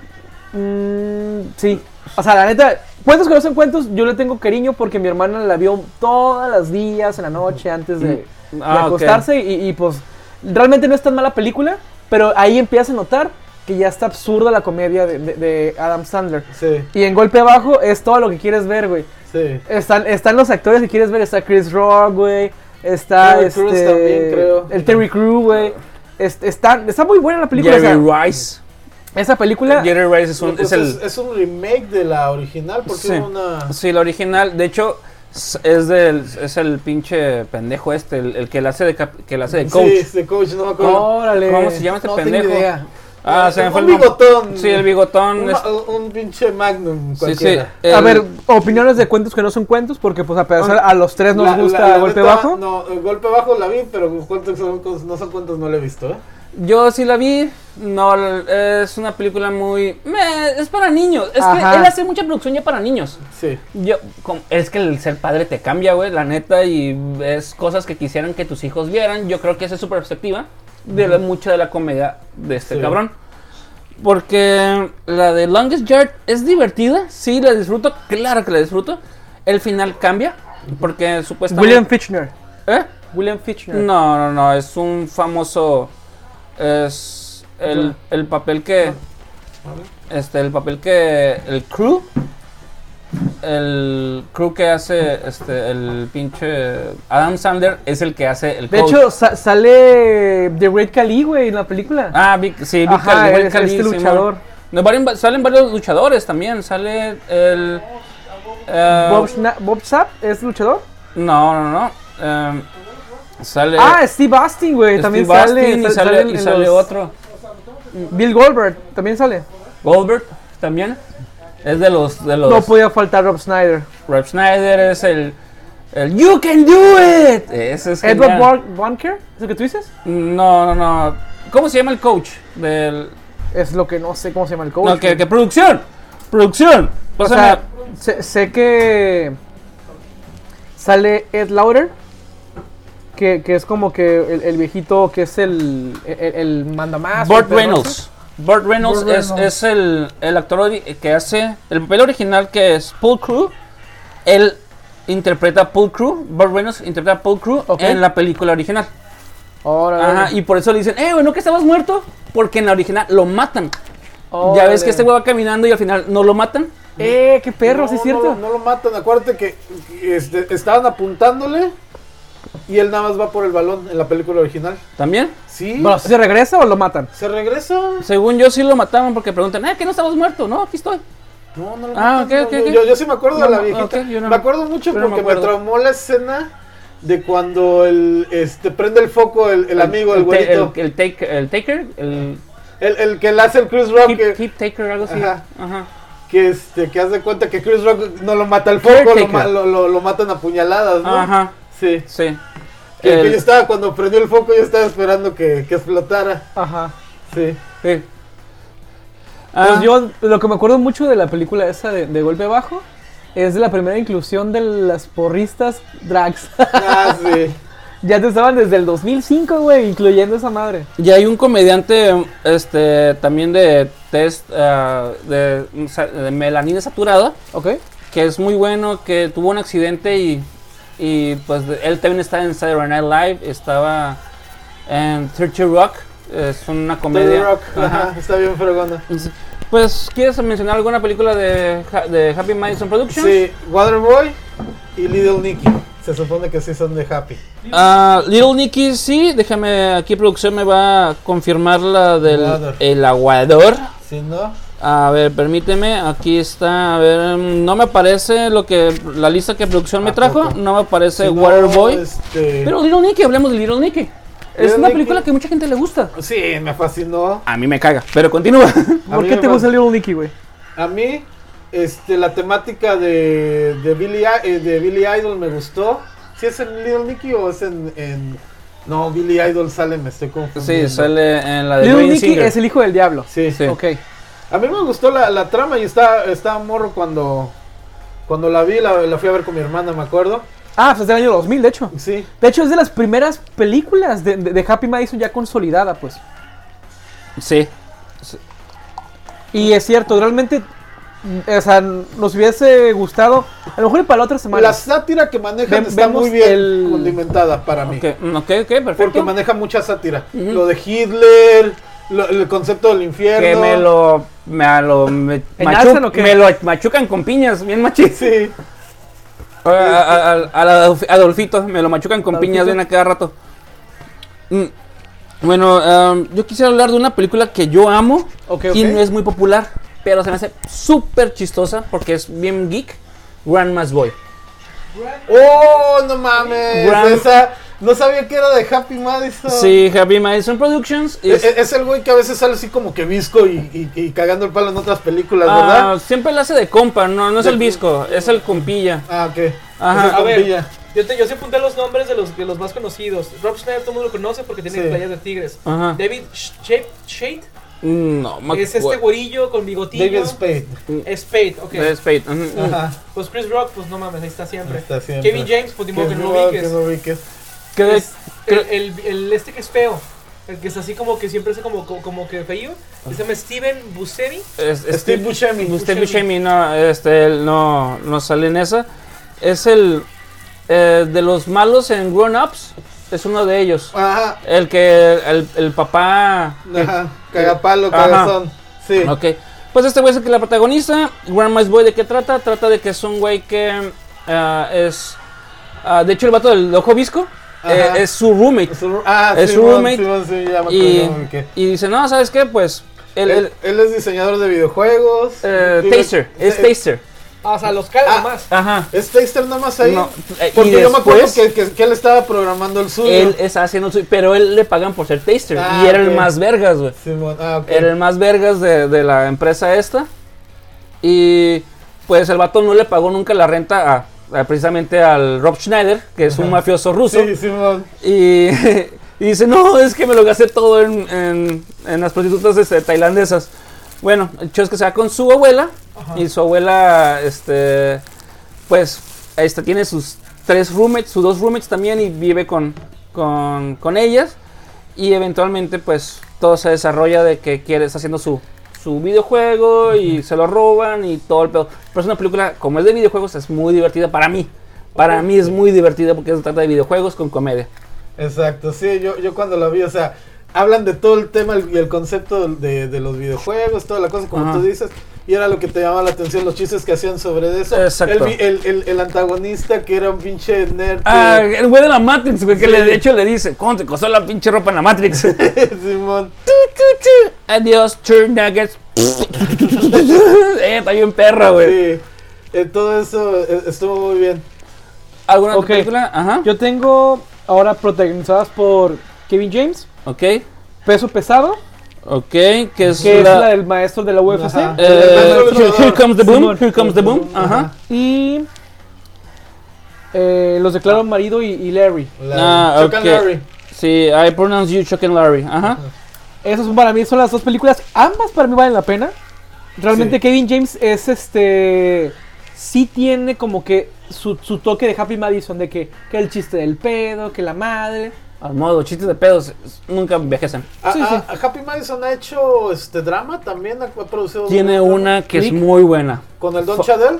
Speaker 2: mm, sí. O sea, la neta, Cuentos que no son cuentos, yo le tengo cariño porque mi hermana la vio todas las días, en la noche, antes de... de
Speaker 1: Ah, ok.
Speaker 2: acostarse y, y, pues realmente no es tan mala película, pero ahí empiezas a notar que ya está absurda la comedia de, de- de Adam Sandler.
Speaker 3: Sí,
Speaker 2: Y en Golpe Abajo es todo lo que quieres ver, güey.
Speaker 3: sí.
Speaker 2: Están, están los actores que quieres ver, está Chris Rock, güey. Está
Speaker 3: Terry
Speaker 2: este,
Speaker 3: Crews también, creo. Ah.
Speaker 2: el Terry Crew, güey. Es- están- está muy buena la película. o sea,
Speaker 1: Jerry Rice.
Speaker 2: esa película
Speaker 1: Jerry Rice es un
Speaker 3: Pues
Speaker 1: es
Speaker 3: Es,
Speaker 1: el
Speaker 3: es un remake de la original porque
Speaker 1: Sí.
Speaker 3: es una...
Speaker 1: Sí, la original, de hecho, s- es del es el pinche pendejo este, el, el que la hace de cap- que la hace de coach.
Speaker 3: Sí, este coach, no me acuerdo.
Speaker 2: Órale.
Speaker 1: ¿Cómo se llama este
Speaker 2: No tengo
Speaker 1: pendejo?
Speaker 2: idea.
Speaker 1: Ah, se me
Speaker 3: Un
Speaker 1: fue el nombre.
Speaker 3: bigotón.
Speaker 1: Sí, el bigotón.
Speaker 3: Un,
Speaker 1: es-
Speaker 3: un pinche Magnum
Speaker 1: sí, sí.
Speaker 3: cualquiera.
Speaker 1: el-
Speaker 2: A ver, opiniones de cuentos que no son cuentos, porque pues a pesar a los tres nos
Speaker 3: Ah, La-
Speaker 2: gusta
Speaker 3: la- la
Speaker 2: Golpe
Speaker 3: neta,
Speaker 2: Bajo.
Speaker 3: No, el golpe bajo la vi, pero cuántos son- no son cuántos no la he visto. ¿eh?
Speaker 1: Yo sí la vi. No, es una película muy. meh, es para niños. Es
Speaker 2: Ajá.
Speaker 1: que él hace mucha producción ya para niños.
Speaker 3: Sí.
Speaker 1: Yo, com- es que el ser padre te cambia, güey, la neta, y es cosas que quisieran que tus hijos vieran. Yo creo que esa es su perspectiva de la- mucha de la comedia de este
Speaker 3: Sí.
Speaker 1: cabrón. Porque la de Longest Yard es divertida, sí, la disfruto, claro que la disfruto. El final cambia, porque supuestamente...
Speaker 2: William Fichtner.
Speaker 1: ¿Eh?
Speaker 2: William Fichtner.
Speaker 1: No, no, no, es un famoso... Es el, el papel que...
Speaker 2: Ah,
Speaker 1: Este, el papel que... El crew. El crew que hace este, el pinche... Adam Sandler es el que hace el
Speaker 2: De
Speaker 1: coach.
Speaker 2: hecho, sa- sale The Great Khali, güey, en la película.
Speaker 1: Ah, vi- sí, vi
Speaker 2: Ajá,
Speaker 1: que el-
Speaker 2: es-
Speaker 1: Cali,
Speaker 2: este
Speaker 1: Simón.
Speaker 2: luchador.
Speaker 1: No, varin- salen varios luchadores también. Sale el... eh,
Speaker 2: Bob, Schna- Bob Sapp es luchador.
Speaker 1: No, no, no. eh, sale...
Speaker 2: ah, Steve Austin, güey,
Speaker 1: Eh. Steve
Speaker 2: también
Speaker 1: Austin
Speaker 2: sale.
Speaker 1: y
Speaker 2: sal-
Speaker 1: sale,
Speaker 2: salen
Speaker 1: y
Speaker 2: en
Speaker 1: sale
Speaker 2: los-
Speaker 1: otro.
Speaker 2: Bill Goldberg también sale.
Speaker 1: Goldberg también. Es de los de los
Speaker 2: No pues- podía faltar Rob Snyder.
Speaker 1: Rob Schneider es el, el You can do it. Ese es
Speaker 2: Edward
Speaker 1: genial.
Speaker 2: Bar- Banker, ¿es lo que tú dices?
Speaker 1: No, no, no. ¿Cómo se llama el coach del
Speaker 2: Es lo que no sé cómo se llama el coach.
Speaker 1: No, que,
Speaker 2: güey.
Speaker 1: que producción. Producción.
Speaker 2: o
Speaker 1: Pásame-
Speaker 2: sea, sé, sé que sale Ed Lauder, que, que es como que el, el viejito que es el, el, el mandamás.
Speaker 1: Burt
Speaker 2: el perroso.
Speaker 1: Reynolds. Burt Reynolds,
Speaker 2: Burt
Speaker 1: es,
Speaker 2: Reynolds.
Speaker 1: es el, el actor ori- que hace el papel original que es Paul Crew. Él interpreta a Paul Crew. Burt Reynolds interpreta a Paul Crew
Speaker 2: Ok.
Speaker 1: en la película original.
Speaker 2: Órale.
Speaker 1: Ajá, y por eso le dicen, eh, güey, ¿no que estabas muerto? Porque en la original lo matan. Ya
Speaker 2: Órale.
Speaker 1: ves que este güey va caminando y al final no lo matan.
Speaker 2: Eh, qué perro,
Speaker 3: No,
Speaker 2: sí es
Speaker 3: No,
Speaker 2: cierto.
Speaker 3: lo- no lo matan, acuérdate que este, estaban apuntándole y él nada más va por el balón en la película original.
Speaker 1: También.
Speaker 3: Sí.
Speaker 2: Bueno, si se regresa o lo matan.
Speaker 3: ¿Se regresa?
Speaker 1: Según yo sí lo mataban porque preguntan, eh, que no estabas muerto, no, aquí estoy.
Speaker 3: No, no lo
Speaker 1: Ah,
Speaker 3: matan,
Speaker 1: ok,
Speaker 3: no,
Speaker 1: ok, ok.
Speaker 3: Yo, yo sí me acuerdo
Speaker 1: No,
Speaker 3: de la
Speaker 1: no,
Speaker 3: viejita.
Speaker 1: ok, yo no
Speaker 3: me
Speaker 1: me-
Speaker 3: acuerdo mucho
Speaker 1: yo no me
Speaker 3: porque me,
Speaker 1: acuerdo.
Speaker 3: traumó la escena de cuando el este prende el foco el, el amigo, el,
Speaker 1: ta-
Speaker 3: güerito.
Speaker 1: El, el take- el taker, el
Speaker 3: El, el que le hace el Chris Rock,
Speaker 1: keep,
Speaker 3: que,
Speaker 1: keep taker, algo así.
Speaker 3: Ajá.
Speaker 1: Ajá.
Speaker 3: que, este, que hace cuenta que Chris Rock no lo mata al foco, lo,
Speaker 1: Caretaker.
Speaker 3: ma- lo, lo- lo matan a puñaladas, ¿no?
Speaker 1: Ajá,
Speaker 3: Sí.
Speaker 1: sí.
Speaker 3: Que, que
Speaker 1: El-
Speaker 3: yo estaba, cuando prendió el foco, yo estaba esperando que, que explotara.
Speaker 2: Ajá.
Speaker 3: Sí.
Speaker 1: sí. Ah,
Speaker 2: Pues yo lo que me acuerdo mucho de la película esa de, de Golpe Bajo es de la primera inclusión de las porristas drags.
Speaker 3: Ah, sí.
Speaker 2: ya te estaban desde el 2005, güey, incluyendo esa madre.
Speaker 1: Y hay un comediante este también de test ah, de, de melanina saturada
Speaker 2: ¿Ok?
Speaker 1: que es muy bueno, que tuvo un accidente y, y, pues de- él también estaba en Saturday Night Live, estaba en 30 Rock, es una
Speaker 3: Tony
Speaker 1: comedia.
Speaker 3: Rock,
Speaker 1: Ajá.
Speaker 3: ajá, está bien fregona.
Speaker 1: Pues, ¿quieres mencionar alguna película de, Ha- de Happy Madison Productions?
Speaker 3: Sí, Waterboy y Little Nicky. Se supone que sí son de Happy.
Speaker 1: Ah, Little Nicky, sí, déjame, aquí producción me va a confirmar la del
Speaker 3: Aguador.
Speaker 1: El Aguador.
Speaker 3: Si no,
Speaker 1: A ver, permíteme, aquí está, a ver, mm, no me aparece lo que, la lista que producción me
Speaker 3: ¿A
Speaker 1: trajo,
Speaker 3: poco?
Speaker 1: no me aparece
Speaker 3: si no,
Speaker 1: Waterboy.
Speaker 3: este,
Speaker 1: Pero Little Nicky, hablemos de Little Nicky. Es
Speaker 3: Little
Speaker 1: una
Speaker 3: Nicky.
Speaker 1: película que mucha gente le gusta.
Speaker 3: Sí, me fascinó.
Speaker 1: A mí me caga, pero continúa.
Speaker 3: A
Speaker 2: ¿Por
Speaker 3: mí
Speaker 2: qué
Speaker 3: me
Speaker 2: te
Speaker 3: va-
Speaker 2: gusta Little Nicky, güey?
Speaker 3: A mí, este, la temática de, de, Billy, I- eh, de Billy Idol me gustó. ¿Sí es en Little Nicky o es en. en- No, Billy Idol sale, me estoy confundiendo.
Speaker 1: Sí, sale en la de
Speaker 2: Little
Speaker 1: Bryan
Speaker 2: Nicky
Speaker 1: Singer.
Speaker 2: es el hijo del diablo.
Speaker 3: Sí,
Speaker 1: Sí.
Speaker 2: Ok.
Speaker 3: A mí me gustó la, la trama y está, está morro cuando. Cuando la vi, la, la fui a ver con mi hermana, me acuerdo.
Speaker 2: Ah, pues es del año 2000, de hecho.
Speaker 3: Sí,
Speaker 2: De hecho, es de las primeras películas de, de- de Happy Madison ya consolidada, pues.
Speaker 1: Sí.
Speaker 2: Y es cierto, realmente, mm, o sea, nos hubiese gustado, a lo mejor y para la otra semana.
Speaker 3: La sátira que manejan
Speaker 2: Ve-
Speaker 3: está
Speaker 2: vemos
Speaker 3: muy bien
Speaker 2: el-
Speaker 3: condimentada para mí.
Speaker 1: Ok, mm, ok, ok, perfecto.
Speaker 3: Porque maneja mucha sátira. Lo de Hitler, lo- el concepto del infierno.
Speaker 1: que me lo, me lo, me,
Speaker 2: ¿Enalzan o qué?
Speaker 1: me lo machucan con piñas, bien machis.
Speaker 3: Sí,
Speaker 1: Oh, A, a- a- a la Adolf- Adolfito, me lo machucan con
Speaker 2: Adolfito.
Speaker 1: piñas bien a cada rato. Mm, Bueno, am, yo quisiera hablar de una película que yo amo
Speaker 2: Ok,
Speaker 1: y
Speaker 2: ok.
Speaker 1: no es muy popular, pero se me hace súper chistosa porque es bien geek, Grandma's Boy.
Speaker 3: ¡Oh, no mames!
Speaker 1: Gran-
Speaker 3: Esa- no sabía que era de Happy Madison.
Speaker 1: Sí, Happy Madison Productions.
Speaker 3: E- e- Es,
Speaker 1: es-
Speaker 3: el güey que a veces sale así como que visco y, y- y cagando el palo en otras películas,
Speaker 1: ah,
Speaker 3: ¿verdad?
Speaker 1: siempre la hace de compa, no, no es
Speaker 3: De-
Speaker 1: el disco, es el compilla.
Speaker 3: Ah, ok.
Speaker 1: Ajá,
Speaker 3: Esa es
Speaker 1: a ver.
Speaker 3: compilla.
Speaker 4: Yo, te, yo sí apunté los nombres de los, de los más conocidos. Rob Schneider todo el mundo lo conoce porque tiene
Speaker 3: Sí.
Speaker 4: playas de tigres.
Speaker 1: Ajá.
Speaker 4: David Sh- Shape- Shade
Speaker 1: No, me
Speaker 4: es este
Speaker 1: acuerdo.
Speaker 4: güerillo con bigotillo.
Speaker 3: David Spade.
Speaker 4: Eh, Spade, ok.
Speaker 1: De Spade. ujú, ujú.
Speaker 3: Ajá.
Speaker 4: Pues Chris Rock, pues no mames, ahí está siempre.
Speaker 3: Está siempre.
Speaker 4: Kevin James, pues ni modo que
Speaker 3: Kevin
Speaker 4: no
Speaker 3: Rock,
Speaker 4: lo ubiques.
Speaker 3: que no ubiques.
Speaker 2: ¿Qué de-
Speaker 4: Es el, el, el este que es feo. El que es así como que siempre es como, como, como que feío. Se llama Steven Buscemi.
Speaker 1: Es- es-
Speaker 3: Steve Buscemi.
Speaker 1: Usted
Speaker 4: Buscemi.
Speaker 1: Buscemi no, este, él no, no sale en esa. Es el eh, de los malos en Grown Ups. Es uno de ellos.
Speaker 3: Ajá.
Speaker 1: El que el, el papá.
Speaker 3: Ajá. Cagapalo,
Speaker 1: Ajá.
Speaker 3: cagazón. Sí.
Speaker 1: Ok. Pues este güey es el que la protagonista. Grandma's Boy, ¿de qué trata? Trata de que es un güey que ah, es. ah, de hecho, el vato del ojo visco eh,
Speaker 3: Ajá.
Speaker 1: es su roommate.
Speaker 3: Es un, ah,
Speaker 1: Es
Speaker 3: Simón,
Speaker 1: roommate.
Speaker 3: Simón, sí, ya me acuerdo,
Speaker 1: Y,
Speaker 3: ya me ubiqué.
Speaker 1: y dice: No, ¿sabes qué? Pues. El,
Speaker 3: Él,
Speaker 1: el,
Speaker 3: él es diseñador de videojuegos.
Speaker 1: eh,
Speaker 3: Digo,
Speaker 1: Taser. Es
Speaker 3: eh,
Speaker 1: Taser.
Speaker 4: Ah, o sea, los caras
Speaker 3: Ah.
Speaker 4: nomás.
Speaker 1: Ajá.
Speaker 3: ¿Es Taster nomás ahí?
Speaker 1: No, eh,
Speaker 3: Porque
Speaker 1: y
Speaker 3: yo me acuerdo
Speaker 1: después-
Speaker 3: que, que, que él estaba programando el suyo.
Speaker 1: Él es haciendo su- pero él le pagan por ser taster.
Speaker 3: Ah,
Speaker 1: y era el
Speaker 3: ok.
Speaker 1: más vergas, güey.
Speaker 3: Simón, ah, ok.
Speaker 1: Era el más vergas de, de la empresa esta. Y pues el vato no le pagó nunca la renta a, a precisamente al Rob Schneider, que es un mafioso ruso.
Speaker 3: Sí, Simón.
Speaker 1: Y, y dice, no, es que me lo gasté todo en, en- en las prostitutas este, tailandesas. Bueno, el hecho es que se va con su abuela. Y su abuela, este, pues, esta tiene sus tres roommates, sus dos roommates también y vive con, con, con ellas. Y eventualmente, pues, todo se desarrolla de que quiere, está haciendo su, su videojuego y se lo roban y todo el pedo. Pero es una película, como es de videojuegos, es muy divertida para mí. Para mí es muy divertida porque se trata de videojuegos con comedia.
Speaker 3: Exacto, sí, yo, yo cuando la vi, o sea, hablan de todo el tema y el concepto de, de los videojuegos, toda la cosa, como
Speaker 1: Ajá.
Speaker 3: tú dices, y era lo que te llamaba la atención, los chistes que hacían sobre eso.
Speaker 1: Exacto.
Speaker 3: El, vi- el, el- el antagonista que era un pinche nerd.
Speaker 1: Ah, el güey de la Matrix, güey, que
Speaker 3: Sí.
Speaker 1: le, de hecho le dice, ¿cómo te costó la pinche ropa en la Matrix?
Speaker 3: que- eh, Simón.
Speaker 1: Adiós, turn nuggets. eh, está bien perra, güey.
Speaker 3: Sí. Eh, todo eso eh, estuvo muy bien.
Speaker 1: ¿Alguna
Speaker 2: Ok.
Speaker 1: otra película? Ajá.
Speaker 2: Yo tengo ahora protagonizadas por Kevin James,
Speaker 1: Ok.
Speaker 2: Peso Pesado,
Speaker 1: Ok, que es
Speaker 2: que es la
Speaker 1: la...
Speaker 2: del maestro de la UFC.
Speaker 3: Ajá.
Speaker 1: eh,
Speaker 3: El
Speaker 1: here, here comes the boom,
Speaker 2: Simón.
Speaker 1: here comes the boom. Ajá.
Speaker 2: Y eh, los declaro
Speaker 3: Ah.
Speaker 2: marido y, y Larry.
Speaker 3: Larry.
Speaker 1: Ah,
Speaker 3: Chuck and
Speaker 1: ok.
Speaker 3: Larry.
Speaker 1: Sí, I pronounce you Chuck and Larry. Ajá.
Speaker 2: Esas son para mí son las dos películas. Ambas para mí valen la pena. Realmente
Speaker 3: Sí.
Speaker 2: Kevin James es este... Sí tiene como que su, su toque de Happy Madison, de que, que el chiste del pedo, que la madre.
Speaker 1: Al modo, chistes de pedos es- nunca envejecen.
Speaker 3: Ah,
Speaker 2: Sí,
Speaker 3: ah, Happy Madison ha hecho este drama también, ha, ha producido.
Speaker 1: Tiene
Speaker 3: drama
Speaker 1: una que es
Speaker 2: Click.
Speaker 1: muy buena.
Speaker 3: Con el Don
Speaker 1: Fu-
Speaker 3: Chadel.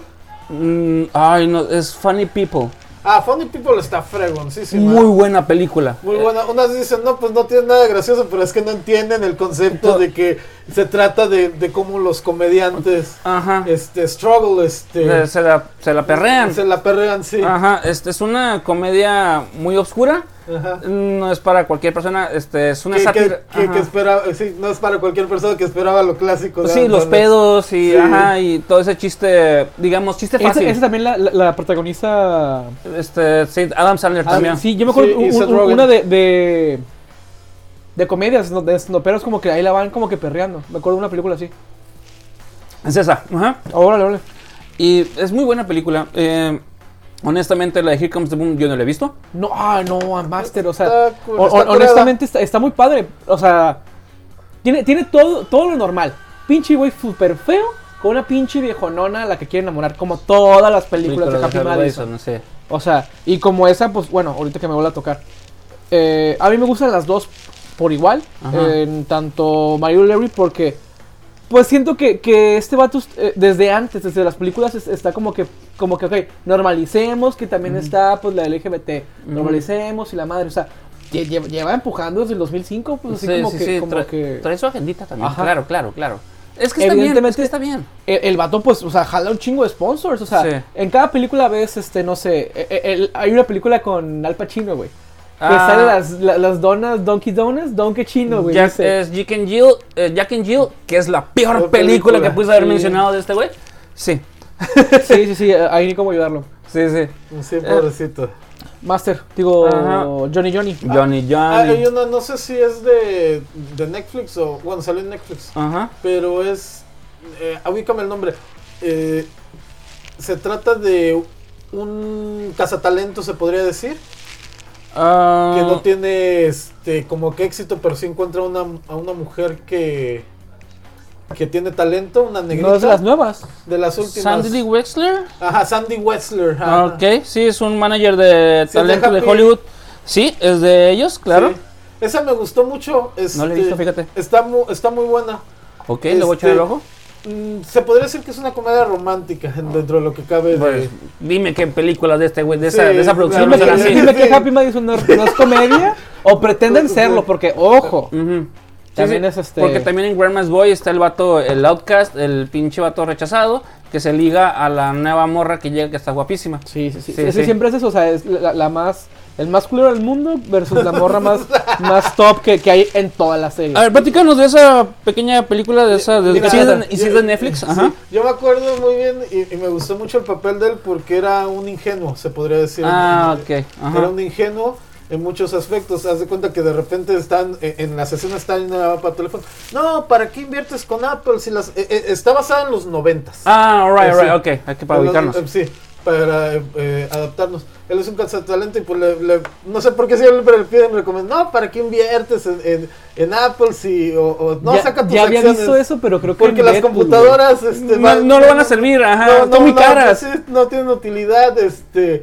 Speaker 1: Mm, ay, no, es Funny People.
Speaker 3: Ah, Funny People está fregón, sí, sí.
Speaker 1: Muy buena película.
Speaker 3: Muy buena. Unas dicen, no, pues no tiene nada de gracioso, pero es que no entienden el concepto
Speaker 1: No.
Speaker 3: de que se trata de, de cómo los comediantes
Speaker 1: Ajá.
Speaker 2: Eh,
Speaker 3: este struggle, este
Speaker 1: Se, se la, se la perrean.
Speaker 3: se la perrean, sí.
Speaker 1: Ajá, este es una comedia muy oscura.
Speaker 3: Ajá.
Speaker 1: No es para cualquier persona, este es una
Speaker 3: Que,
Speaker 1: sátira.
Speaker 3: que- que-
Speaker 1: ajá. Pues
Speaker 3: que esperaba, sí, no es para cualquier persona que esperaba lo clásico. de
Speaker 1: sí,
Speaker 3: Adam
Speaker 1: los
Speaker 3: Sandler.
Speaker 1: pedos y
Speaker 3: Sí.
Speaker 1: ajá y todo ese chiste, digamos, chiste
Speaker 2: Esa,
Speaker 1: fácil.
Speaker 2: esa también la, la, la protagoniza...
Speaker 1: Este, sí, Adam Sandler
Speaker 2: Ah,
Speaker 1: también.
Speaker 2: sí, yo me acuerdo
Speaker 3: Sí, y
Speaker 2: un-
Speaker 3: Seth
Speaker 2: un-
Speaker 3: Rogen.
Speaker 2: una de, de de comedias, no, de pero es como que ahí la van como que perreando. Me acuerdo de una película así.
Speaker 1: Es esa. Ajá.
Speaker 2: Órale, órale.
Speaker 1: Y es muy buena película. Eh, honestamente, la de Here Comes the Moon yo no la he visto.
Speaker 2: No, ah, no, a Master, o sea,
Speaker 3: Está cool,
Speaker 2: o-
Speaker 3: está
Speaker 2: o-
Speaker 3: curada.
Speaker 2: honestamente está, está muy padre, o sea, tiene, tiene todo, todo lo normal. Pinche güey super feo con una pinche viejonona a la que quiere enamorar como todas las películas de
Speaker 1: Película
Speaker 2: Happy
Speaker 1: Harold
Speaker 2: Madison.
Speaker 1: Wilson, sí.
Speaker 2: O sea, y como esa, pues bueno, ahorita que me vuelva a tocar. Eh, a mí me gustan las dos por igual.
Speaker 1: Ajá.
Speaker 2: en tanto Mario y Larry, porque. Pues siento que, que este vato, eh, desde antes, desde las películas, es- está como que, como que, ok, normalicemos, que también está pues la LGBT, normalicemos y la madre, o sea, lle- lle- lleva empujando desde el 2005, pues así
Speaker 1: Sí,
Speaker 2: como
Speaker 1: sí,
Speaker 2: que,
Speaker 1: sí,
Speaker 2: como
Speaker 1: trae,
Speaker 2: que-
Speaker 1: trae su agendita también.
Speaker 2: Ajá.
Speaker 1: Claro, claro, claro. Es que está bien, es
Speaker 2: Evidentemente-
Speaker 1: que está bien.
Speaker 2: el, el vato, pues, o sea, jala un chingo de sponsors. O sea,
Speaker 1: Sí.
Speaker 2: en cada película ves, este, no sé, e- e- el- hay una película con Al Pacino, güey. Que
Speaker 1: Ah.
Speaker 2: salen las, la- las donas, Donkey Donuts, Donkey Chino, güey.
Speaker 1: Jack,
Speaker 2: dice.
Speaker 1: es Jack and Jill, eh, Jack and Jill, que es la peor
Speaker 3: Peor
Speaker 1: película, que
Speaker 3: película.
Speaker 1: puse haber
Speaker 2: Sí.
Speaker 1: mencionado de este güey. Sí,
Speaker 2: Sí, sí, sí, eh, ahí ni cómo ayudarlo.
Speaker 1: sí, sí.
Speaker 3: Sí, pobrecito.
Speaker 2: Master, digo,
Speaker 1: Ajá.
Speaker 2: Johnny Johnny.
Speaker 1: Johnny, Johnny.
Speaker 3: Ah, hay una, no sé si es de, de Netflix o. Bueno, salió en Netflix.
Speaker 1: Ajá.
Speaker 3: pero es. Eh, ubícame el nombre. Eh, se trata de un cazatalento, se podría decir,
Speaker 1: Ah,
Speaker 3: que no tiene este como que éxito, pero sí encuentra una, a una mujer que que tiene talento, una negrita
Speaker 2: No es de las nuevas.
Speaker 3: de las últimas.
Speaker 1: Sandy Wexler.
Speaker 3: Ajá, Sandy Wetzler.
Speaker 1: Ah,
Speaker 3: ajá.
Speaker 1: Ok, sí, es un manager de
Speaker 3: Sí,
Speaker 1: talento
Speaker 3: de
Speaker 1: de,
Speaker 3: Happy.
Speaker 1: Hollywood. Sí, es de ellos, claro.
Speaker 3: Sí. Esa me gustó mucho.
Speaker 1: No la he
Speaker 3: este,
Speaker 1: visto, fíjate.
Speaker 3: Está muy, está muy buena.
Speaker 1: Ok, le voy a echar
Speaker 3: Este,
Speaker 1: el ojo.
Speaker 3: Mm, se podría decir que es una comedia romántica en- dentro de lo que cabe. de-
Speaker 1: Pues, dime qué películas de este güey, de,
Speaker 3: Sí,
Speaker 1: esa, de esa producción
Speaker 3: claro,
Speaker 1: no serán
Speaker 3: sí,
Speaker 1: así.
Speaker 3: sí.
Speaker 2: Dime que Happy Madison no, no es comedia o pretenden serlo, porque ojo,
Speaker 1: Ujú. Sí,
Speaker 2: También
Speaker 1: sí,
Speaker 2: es este-
Speaker 1: Porque también en Grandma's Boy está el vato, el outcast, el pinche vato rechazado, que se liga a la nueva morra que llega que está guapísima.
Speaker 2: Sí, sí, sí.
Speaker 1: Sí,
Speaker 2: Ese
Speaker 1: sí.
Speaker 2: siempre es eso, o sea, es la, la más. El más culero del mundo versus la morra más, más top que, que hay en toda la serie.
Speaker 1: A ver, platícanos de esa pequeña película de esa, de,
Speaker 3: Mira,
Speaker 1: sí es de-
Speaker 3: yo-
Speaker 1: y sí es de Netflix,
Speaker 3: sí,
Speaker 1: ajá.
Speaker 3: yo me acuerdo muy bien y, y me gustó mucho el papel de él porque era un ingenuo, se podría decir.
Speaker 1: Ah, ok, ajá.
Speaker 3: Era un ingenuo en muchos aspectos. Haz de cuenta que de repente están en, en las escenas están en la para teléfono. No, ¿para qué inviertes con Apple? Si las eh, eh, está basada en los noventas.
Speaker 1: Ah, alright,
Speaker 3: Sí.
Speaker 1: alright, ok, hay que para
Speaker 3: Él-
Speaker 1: ubicarnos.
Speaker 3: eh, Sí, para eh, eh, adaptarnos. Él es un cazatalento y pues le, le- no sé por qué siempre le piden recomendar. No, ¿para qué inviertes en, en- en Apple si o, o- no
Speaker 2: ya,
Speaker 3: saca tus
Speaker 2: ya había
Speaker 3: acciones?
Speaker 2: visto eso, pero creo que.
Speaker 3: Porque
Speaker 2: en
Speaker 3: las
Speaker 2: Deadpool,
Speaker 3: computadoras este,
Speaker 1: No, no lo van a servir, ajá,
Speaker 3: no,
Speaker 1: están muy caras.
Speaker 3: No, sí, no tienen utilidad, este.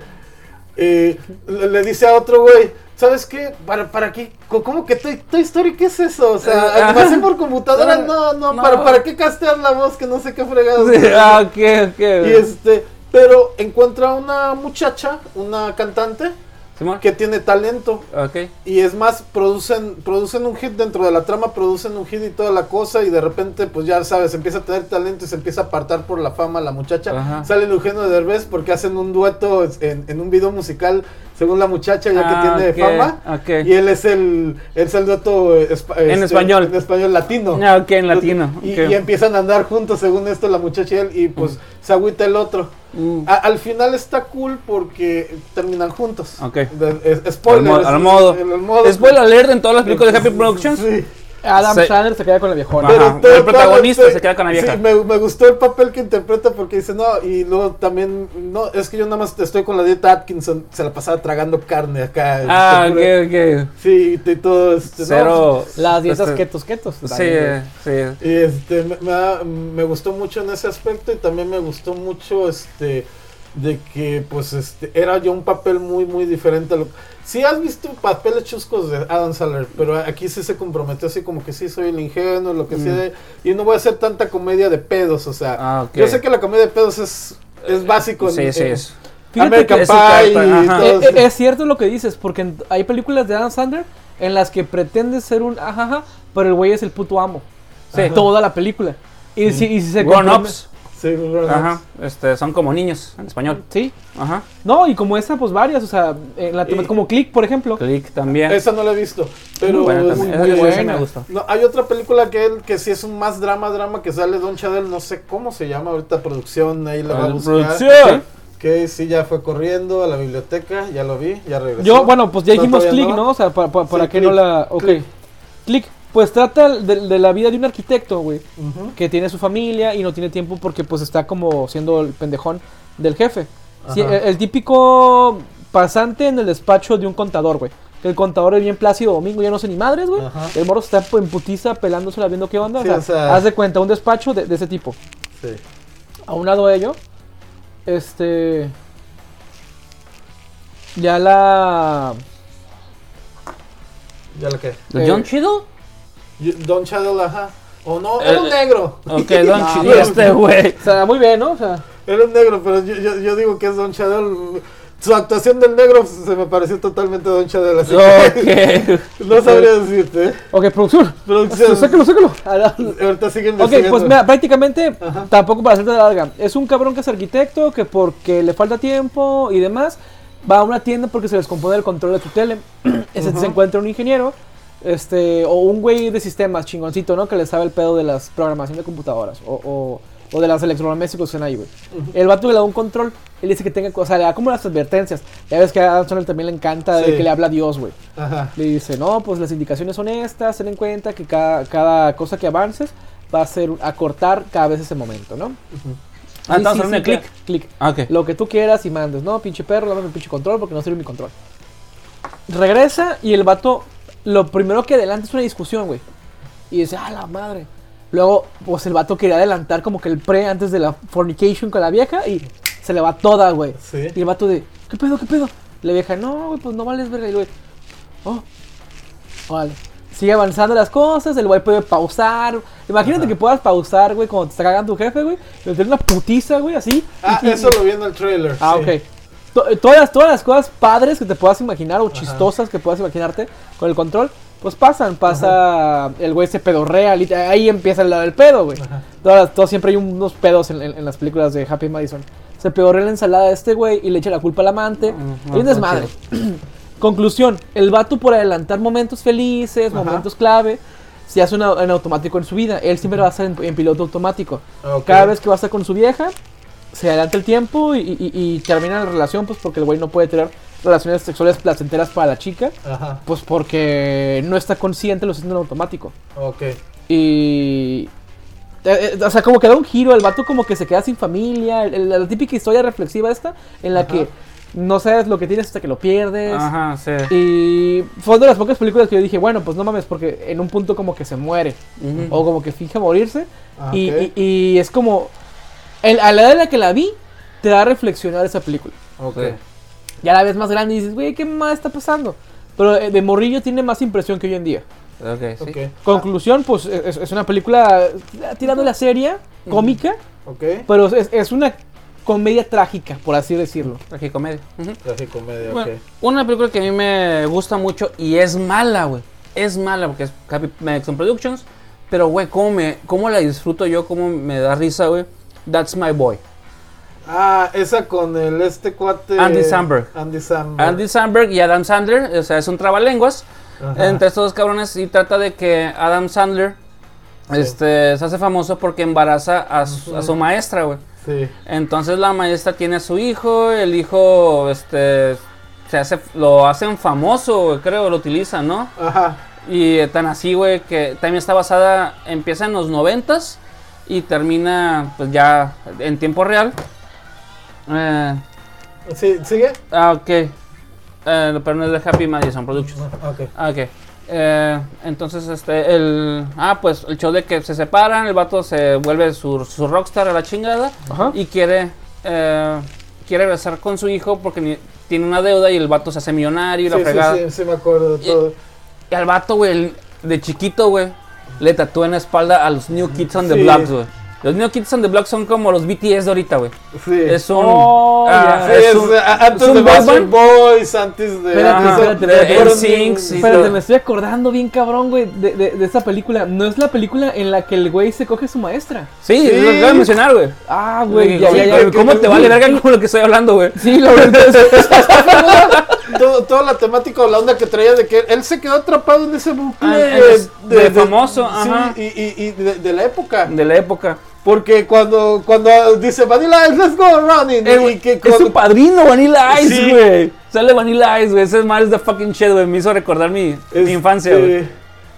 Speaker 3: eh, le, le dice a otro güey, ¿sabes qué? ¿Para, para qué? Co- ¿Cómo que Toy, Toy Story? ¿Qué es eso? O
Speaker 1: Eh,
Speaker 3: sea,
Speaker 1: ajá.
Speaker 3: pasé por computadora, no, no,
Speaker 1: No.
Speaker 3: ¿para, ¿para qué castear la voz que no sé qué fregado?
Speaker 1: Sí, ah, ok, ok.
Speaker 3: Y este, pero encuentra una muchacha, una cantante,
Speaker 1: Simón,
Speaker 3: que tiene talento.
Speaker 1: ok.
Speaker 3: Y es más, producen, producen un hit dentro de la trama, producen un hit y toda la cosa, y de repente, pues ya sabes, empieza a tener talento y se empieza a apartar por la fama la muchacha.
Speaker 1: Ajá.
Speaker 3: Sale Eugenio Derbez porque hacen un dueto en, en un video musical, según la muchacha ya
Speaker 1: Ah,
Speaker 3: que tiene
Speaker 1: ok,
Speaker 3: fama.
Speaker 1: ok.
Speaker 3: Y él es el, él es el dueto eh, espa- este,
Speaker 1: español.
Speaker 3: En español latino.
Speaker 1: Ah, ok, en latino.
Speaker 3: Y,
Speaker 1: ok.
Speaker 3: y empiezan a andar juntos, según esto, la muchacha y él, y pues se agüita el otro.
Speaker 1: Mm.
Speaker 3: A- al final está cool porque terminan juntos.
Speaker 1: Ok.
Speaker 3: De- es-
Speaker 1: Al,
Speaker 3: spoiler.
Speaker 1: mo-
Speaker 3: es-
Speaker 1: al modo.
Speaker 3: el- el modo.
Speaker 1: Spoiler alert en todas las películas de Happy Productions.
Speaker 3: Sí.
Speaker 2: Adam
Speaker 1: Sí.
Speaker 2: Sandler se queda con la viejona.
Speaker 1: Ajá.
Speaker 3: Pero todo-
Speaker 1: el protagonista
Speaker 3: todo-
Speaker 1: se queda con la
Speaker 3: sí,
Speaker 1: vieja.
Speaker 3: me, me gustó el papel que interpreta porque dice, no, y luego también, no, es que yo nada más estoy con la dieta Atkinson, se la pasaba tragando carne acá.
Speaker 1: Ah,
Speaker 3: este,
Speaker 1: ok,
Speaker 3: pura-
Speaker 1: ok.
Speaker 3: Sí, y todo este, no,
Speaker 1: Cero.
Speaker 2: Las dietas
Speaker 1: este,
Speaker 2: ketos ketos.
Speaker 1: Sí,
Speaker 2: También.
Speaker 1: sí.
Speaker 3: Y este, me, me da- me gustó mucho en ese aspecto y también me gustó mucho este de que pues este era yo un papel muy muy diferente a lo sí has visto papeles chuscos de Adam Sandler pero aquí sí se comprometió así como que sí soy el ingenuo lo que sea y no voy a hacer tanta comedia de pedos o sea
Speaker 1: Mm. Ah, ok.
Speaker 3: yo sé que la comedia de pedos es es básico en-
Speaker 1: Sí, sí,
Speaker 3: en-
Speaker 1: es.
Speaker 2: Fíjate que
Speaker 3: American
Speaker 1: es su
Speaker 3: Pie
Speaker 1: carta,
Speaker 3: y
Speaker 1: ajá.
Speaker 3: todo
Speaker 2: Eh, eh,
Speaker 3: eso.
Speaker 2: es cierto lo que dices, porque en- hay películas de Adam Sandler en las que pretende ser un ajaja, pero el güey es el puto amo.
Speaker 1: Sí.
Speaker 2: Toda la película. Y, si, y si se
Speaker 1: Grown
Speaker 2: compromete-
Speaker 1: ups.
Speaker 3: Sí, bueno,
Speaker 1: Ajá. Este, son como niños en español.
Speaker 2: Sí.
Speaker 1: Ajá.
Speaker 2: No, y como esa, pues varias, o sea, en la,
Speaker 3: Y-
Speaker 2: como Click, por ejemplo.
Speaker 1: Click también.
Speaker 3: esa no la he visto pero
Speaker 1: muy buena
Speaker 3: es-
Speaker 1: también.
Speaker 2: muy
Speaker 1: Esa- esa
Speaker 2: buena.
Speaker 1: me gustó.
Speaker 3: No, hay otra película que él, que sí es un más drama, drama que sale Don Chadel, no sé cómo se llama ahorita, producción, ahí la va a buscar.
Speaker 1: Ah, Producción.
Speaker 3: Que sí, ya fue corriendo a la biblioteca, ya lo vi, ya regresó.
Speaker 2: Yo, bueno, pues ya
Speaker 3: No,
Speaker 2: dijimos
Speaker 3: todavía
Speaker 2: Click, ¿no? O sea, para, para, para
Speaker 3: Sí,
Speaker 2: que
Speaker 3: Click,
Speaker 2: no la... Ok. Click,
Speaker 3: Click.
Speaker 2: pues trata de, de la vida de un arquitecto, güey,
Speaker 3: Ujú.
Speaker 2: que tiene su familia y no tiene tiempo porque pues está como siendo el pendejón del jefe. Sí, el,
Speaker 3: Ajá.
Speaker 2: el típico pasante en el despacho de un contador, güey. Que el contador es bien plácido domingo, ya no sé ni madres, güey.
Speaker 3: Ajá.
Speaker 2: El morro está en putiza pelándosela viendo qué onda.
Speaker 3: Sí,
Speaker 2: o sea,
Speaker 3: o sea-
Speaker 2: haz de cuenta, un despacho de, de ese tipo.
Speaker 3: Sí.
Speaker 2: A un lado de ello, este. Ya la.
Speaker 3: ¿Ya la que?
Speaker 1: ¿De
Speaker 2: Eh,
Speaker 1: John Chido?
Speaker 3: Don Chadel, ajá. O no,
Speaker 1: Eh,
Speaker 3: era un negro.
Speaker 1: Ok, Don
Speaker 2: No,
Speaker 3: Ah,
Speaker 1: Chido.
Speaker 2: bueno.
Speaker 1: Este güey.
Speaker 2: O sea, muy bien, ¿no? O sea,
Speaker 3: Era un negro, pero yo, yo, yo digo que es Don Chadel. Su actuación del negro se me pareció totalmente a Don Chadel, así que
Speaker 1: Ok.
Speaker 3: no sabría decirte. ¿eh?
Speaker 2: ok, producción.
Speaker 3: Producción.
Speaker 2: Sácalo, sácalo. A la-
Speaker 3: Ahorita siguen
Speaker 2: Ok, pues mira, prácticamente
Speaker 3: Ajá.
Speaker 2: tampoco para hacerte la larga. Es un cabrón que es arquitecto, que porque le falta tiempo y demás, va a una tienda porque se descompone el control de su tele. Este, Se encuentra un ingeniero, este, o un güey de sistemas chingoncito, ¿no? Que le sabe el pedo de las programación de computadoras o, o- o de las electrodomésticos que están ahí, güey. El vato le da un control, él dice que tenga, o sea, le da como las advertencias. Ya ves que a Adam Sandler también le encanta de
Speaker 3: Sí.
Speaker 2: que le habla a Dios, güey.
Speaker 3: Ajá.
Speaker 2: Le dice, no, pues las indicaciones son estas, ten en cuenta que cada, cada cosa que avances va a ser un- acortar cada vez ese momento, ¿no?
Speaker 1: Ah, estamos
Speaker 2: sí,
Speaker 1: hablando
Speaker 2: sí,
Speaker 1: de click.
Speaker 2: claro, click.
Speaker 1: Ah, ok.
Speaker 2: Lo que tú quieras y mandes, ¿no? Pinche perro, dame mi pinche control porque no sirve mi control. Regresa y el vato, lo primero que adelanta es una discusión, güey. Y dice, ah, la madre. Luego, pues el vato quería adelantar como que el pre antes de la fornication con la vieja y se le va toda, güey.
Speaker 3: Sí.
Speaker 2: Y el vato de, ¿qué pedo, qué pedo? La vieja, no, güey, pues no vales verga. Y el güey, oh, Vale. Sigue avanzando las cosas, el güey puede pausar. Imagínate que puedas pausar, güey, cuando te está cagando tu jefe, güey. Le tiene una putiza, güey, así.
Speaker 3: Ah,
Speaker 2: y- y-
Speaker 3: eso lo vi en el trailer.
Speaker 2: Ah,
Speaker 3: sí.
Speaker 2: ok. To- eh, todas, las- todas las cosas padres que te puedas imaginar o chistosas que puedas imaginarte con el control, pues pasan. Pasa, el güey se pedorrea, lit- ahí empieza el lado del pedo, güey. Todas, las- todas- siempre hay unos pedos en, en- en las películas de Happy Madison. Se pedorrea la ensalada de este güey y le echa la culpa al amante.
Speaker 1: Ujú,
Speaker 2: Hay un desmadre. Conclusión, el vato por adelantar momentos felices,
Speaker 3: Ajá.
Speaker 2: momentos clave, se hace una- en automático en su vida. Él siempre va a estar en, en piloto automático.
Speaker 3: Ok.
Speaker 2: Cada vez que va a estar con su vieja, se adelanta el tiempo y, y- y termina la relación, pues porque el güey no puede tener relaciones sexuales placenteras para la chica,
Speaker 3: Ajá,
Speaker 2: pues porque no está consciente, lo está haciendo en automático.
Speaker 3: ok.
Speaker 2: Y. eh, eh, o sea, como que da un giro, el vato como que se queda sin familia. el- el- la típica historia reflexiva esta, en la que no sabes lo que tienes hasta que lo pierdes.
Speaker 1: Ajá, sí.
Speaker 2: Y fue una de las pocas películas que yo dije, bueno, pues no mames, porque en un punto como que se muere.
Speaker 1: Ujú.
Speaker 2: O como que finge morirse.
Speaker 3: Ah,
Speaker 2: y,
Speaker 3: ok.
Speaker 2: y- y es como. el- a la edad en la que la vi, te da a reflexionar esa película.
Speaker 3: Ok.
Speaker 1: Sí.
Speaker 2: Ya la ves más grande y dices, güey, ¿qué más está pasando? Pero eh, de morrillo tiene más impresión que hoy en día.
Speaker 1: Ok, sí.
Speaker 3: Ok.
Speaker 2: Conclusión, pues es, es una película eh, tirando la serie, cómica,
Speaker 3: Ok.
Speaker 2: pero es, es una comedia trágica, por así decirlo.
Speaker 1: Tragicomedia. Ujú.
Speaker 3: Tragicomedia,
Speaker 1: Bueno,
Speaker 3: ok.
Speaker 1: una película que a mí me gusta mucho y es mala, güey. Es mala porque es Happy Madison Productions. Pero, güey, ¿cómo, me, ¿cómo la disfruto yo? ¿Cómo me da risa, güey? That's My Boy.
Speaker 3: Ah, esa con el este cuate.
Speaker 1: Andy Samberg.
Speaker 3: Andy Samberg.
Speaker 1: Andy Sandberg y Adam Sandler, o sea, es un trabalenguas
Speaker 3: Ajá.
Speaker 1: entre estos dos cabrones y trata de que Adam Sandler este, se hace famoso porque embaraza a su, a su maestra, güey.
Speaker 3: Sí.
Speaker 1: Entonces la maestra tiene a su hijo, el hijo este, se hace, lo hacen famoso, güey, creo, lo utilizan, ¿no?
Speaker 3: Ajá.
Speaker 1: Y eh, tan así, güey, que también está basada, empieza en los noventas y termina pues ya en tiempo real. Eh,
Speaker 3: Sí, ¿sigue?
Speaker 1: ah, ok. Eh, pero no es de Happy Madison Productions.
Speaker 3: Ok.
Speaker 1: Ah, ok. Eh, entonces, este, el... Ah, pues el show de que se separan, el vato se vuelve su, su rockstar a la chingada
Speaker 2: Ajá.
Speaker 1: y quiere... eh, quiere regresar con su hijo porque ni- tiene una deuda y el vato se hace millonario y la
Speaker 3: sí,
Speaker 1: fregada.
Speaker 3: sí, sí, sí, me acuerdo de
Speaker 1: Y-
Speaker 3: todo.
Speaker 1: Y al vato, güey, el- de chiquito, güey, le tatúa en la espalda a los New Kids on the
Speaker 3: Sí.
Speaker 1: Block, güey. Los New Kids on the Block son como los BTS de ahorita, güey.
Speaker 3: Sí.
Speaker 1: Es un...
Speaker 2: Oh,
Speaker 1: ah,
Speaker 3: Sí, es,
Speaker 1: un-
Speaker 3: a- antes
Speaker 1: es un
Speaker 3: de
Speaker 1: boy
Speaker 3: Backstreet
Speaker 1: band.
Speaker 3: Boys, antes de.
Speaker 2: Espérate,
Speaker 3: antes
Speaker 2: espérate,
Speaker 3: de-
Speaker 2: espérate.
Speaker 3: fueron-
Speaker 1: NSYNC, sí.
Speaker 2: Espérate,
Speaker 1: lo-
Speaker 2: me estoy acordando bien cabrón, güey, de, de, de esa película. No es la película en la que el güey se coge a su maestra.
Speaker 1: Sí,
Speaker 3: Sí.
Speaker 1: lo acabo de mencionar, güey.
Speaker 2: Ah, güey,
Speaker 1: Sí,
Speaker 2: ya, ya, ya.
Speaker 1: güey, ¿Cómo te vale verga con lo que estoy hablando, güey?
Speaker 2: Sí, lo verdad.
Speaker 3: todo- toda la temática o la onda que traía de que él se quedó atrapado en ese bucle
Speaker 1: Ah, en el- de famoso, ajá.
Speaker 3: Sí, y, y, y de, de la época.
Speaker 1: De la época.
Speaker 3: Porque cuando, cuando dice Vanilla Ice, let's go running.
Speaker 1: Eh,
Speaker 3: y
Speaker 1: güey,
Speaker 3: que
Speaker 1: es
Speaker 3: cuando-
Speaker 1: su padrino, Vanilla
Speaker 3: Sí.
Speaker 1: Ice, güey. Sale Vanilla Ice, güey. Ese mal es the fucking shit, güey. Me hizo recordar mi, mi
Speaker 3: este,
Speaker 1: infancia, güey.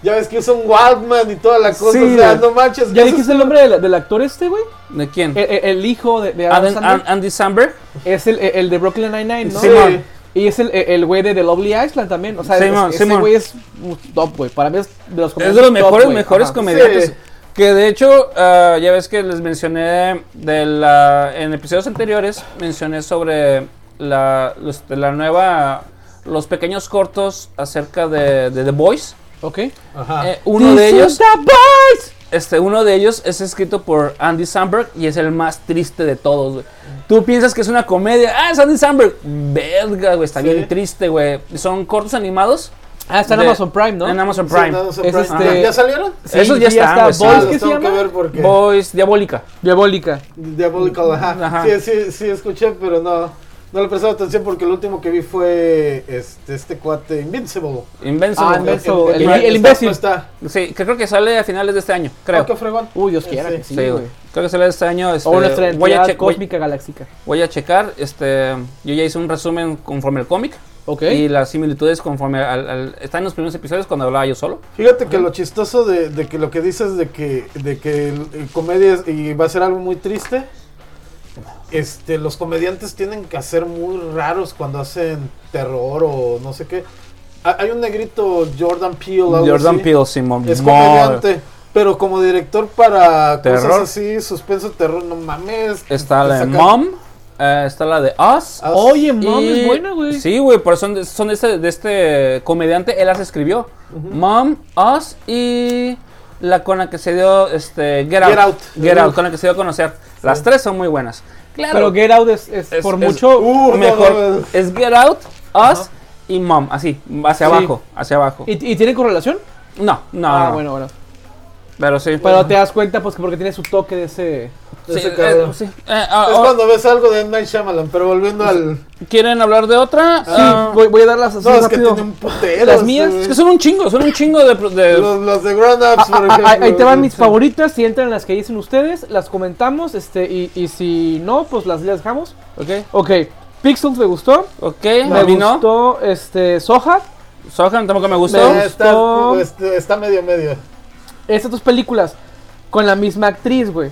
Speaker 3: Ya ves que usa un Walkman y toda la cosa.
Speaker 1: Sí,
Speaker 3: o sea,
Speaker 1: güey.
Speaker 3: no manches.
Speaker 2: ¿Ya
Speaker 3: eso
Speaker 2: dijiste el nombre del, del actor este, güey?
Speaker 1: ¿De quién?
Speaker 2: El, el- el hijo de, de Adam
Speaker 1: Adam-
Speaker 2: Sandler.
Speaker 1: An- Andy Samberg.
Speaker 2: es el, el de Brooklyn Nine-Nine, ¿no?
Speaker 3: Sí.
Speaker 1: Simón.
Speaker 2: Y es el, el güey de The Lovely Island también. O sea,
Speaker 1: Sí,
Speaker 2: es-
Speaker 1: man, sí,
Speaker 2: ese
Speaker 1: man.
Speaker 2: güey es un top, güey. Para mí es de los
Speaker 1: Es de los
Speaker 2: top,
Speaker 1: mejores,
Speaker 2: güey.
Speaker 1: mejores
Speaker 2: Ajá.
Speaker 1: comediantes.
Speaker 3: Sí.
Speaker 1: Que de hecho, ah, ya ves que les mencioné de la, en episodios anteriores, mencioné sobre la, los- de la nueva, los pequeños cortos acerca de, de The Boys.
Speaker 2: Ok.
Speaker 3: Ajá.
Speaker 1: Eh, uno de
Speaker 2: This
Speaker 1: ellos,
Speaker 2: is the boys.
Speaker 1: este, uno de ellos es escrito por Andy Samberg y es el más triste de todos, güey. Tú piensas que es una comedia, ah, es Andy Samberg, verga, güey, está
Speaker 3: Sí.
Speaker 1: bien triste, güey. Son cortos animados
Speaker 2: Ah, está en
Speaker 1: De-
Speaker 2: Amazon Prime, ¿no?
Speaker 1: en Amazon
Speaker 3: Sí,
Speaker 1: Prime.
Speaker 3: no, no se
Speaker 2: es
Speaker 3: prime.
Speaker 2: este-
Speaker 3: Ajá. ¿Ya salieron?
Speaker 2: Sí,
Speaker 1: Esos ya están, güey,
Speaker 3: Ah,
Speaker 1: ¿Boys
Speaker 2: Boys,
Speaker 3: los
Speaker 2: ¿qué se
Speaker 3: tengo que
Speaker 2: llama?
Speaker 3: ver porque.
Speaker 1: Boys Diabólica.
Speaker 2: Diabólica.
Speaker 3: Diabolical, ajá.
Speaker 1: Ajá.
Speaker 3: Sí, sí, sí, escuché, pero no. No le prestaba atención porque el último que vi fue este, este cuate Invincible.
Speaker 1: Invencible.
Speaker 2: Ah, Invencible,
Speaker 1: el- el
Speaker 2: imbécil.
Speaker 3: no Está.
Speaker 1: Sí, que creo que sale a finales de este año, creo.
Speaker 3: Creo. que fregón.
Speaker 2: Uy, Dios quiera
Speaker 3: Sí,
Speaker 2: que Ah, sí,
Speaker 1: Sí, güey.
Speaker 2: güey.
Speaker 1: Creo que sale este año. este,
Speaker 2: O nuestra
Speaker 1: voy, a
Speaker 2: entidad
Speaker 1: che- voy-
Speaker 2: cósmica galáctica.
Speaker 1: voy a checar. Este, yo ya hice un resumen conforme al cómic.
Speaker 2: Ok.
Speaker 1: Y las similitudes conforme al, al- Está en los primeros episodios cuando hablaba yo solo.
Speaker 3: Fíjate que lo chistoso de, de que lo que dices de que, de que el- el comedia es- y va a ser algo muy triste. este, los comediantes tienen que hacer muy raros cuando hacen terror o no sé qué. Ha- Hay un negrito, Jordan Peele. algo
Speaker 1: Jordan
Speaker 3: así.
Speaker 1: Peele, Simón.
Speaker 3: Es
Speaker 1: Mo-
Speaker 3: comediante. Pero como director para
Speaker 1: Terror.
Speaker 3: cosas así, suspenso, terror, no mames.
Speaker 1: Está
Speaker 3: te
Speaker 1: la de
Speaker 3: saca-
Speaker 1: Mom. eh, está la de Us.
Speaker 3: Ah,
Speaker 2: Oye, mom,
Speaker 1: y-
Speaker 2: es buena, güey.
Speaker 1: Sí, güey, pero son, de- son de, este, de este comediante, él las escribió. Mom, Us y la con la que se dio este, Get Out.
Speaker 3: Get Out.
Speaker 1: Get Out, con la que se dio a conocer. Las tres son muy buenas. Claro,
Speaker 2: Pero Get Out es, es
Speaker 1: Es-
Speaker 2: por
Speaker 1: es-
Speaker 2: mucho.
Speaker 3: Uh, no
Speaker 1: mejor
Speaker 3: mames.
Speaker 1: es Get Out, Us y Mom, así, hacia
Speaker 2: Sí.
Speaker 1: abajo, hacia abajo.
Speaker 2: ¿Y, y tiene correlación?
Speaker 1: No, no,
Speaker 2: ah,
Speaker 1: no,
Speaker 2: bueno, bueno.
Speaker 1: pero sí.
Speaker 2: Pero te das cuenta, pues, que porque tiene su toque de ese.
Speaker 1: Sí,
Speaker 3: Ese
Speaker 1: eh,
Speaker 3: cabrón.
Speaker 1: sí. Eh, ah,
Speaker 3: Es
Speaker 1: oh,
Speaker 3: cuando ves algo de M. Night Shyamalan, pero volviendo
Speaker 1: Pues
Speaker 3: al...
Speaker 1: ¿Quieren hablar de otra?
Speaker 2: Sí,
Speaker 1: Ah,
Speaker 2: voy, voy a darlas así
Speaker 3: No, es que
Speaker 2: rápido.
Speaker 3: tiene un putero.
Speaker 2: Las
Speaker 3: sí,
Speaker 2: mías,
Speaker 3: güey.
Speaker 1: es que son un chingo, son un chingo de... pro- de-
Speaker 3: eh, Los, los de Grown Ups, por
Speaker 2: Ah, ah,
Speaker 3: ejemplo.
Speaker 2: ah, ahí te van mis
Speaker 3: Sí.
Speaker 2: favoritas, si entran las que dicen ustedes, las comentamos, este, y, y si no, pues las las dejamos.
Speaker 1: ok,
Speaker 2: Ok, Pixels me gustó,
Speaker 1: ok,
Speaker 2: me
Speaker 1: ¿Eh? a mí no.
Speaker 2: gustó, este, Soja,
Speaker 1: Sohan tampoco me gustó.
Speaker 3: Eh,
Speaker 2: Gustó.
Speaker 3: Está, este, está medio medio.
Speaker 2: estas dos películas, con la misma actriz, güey,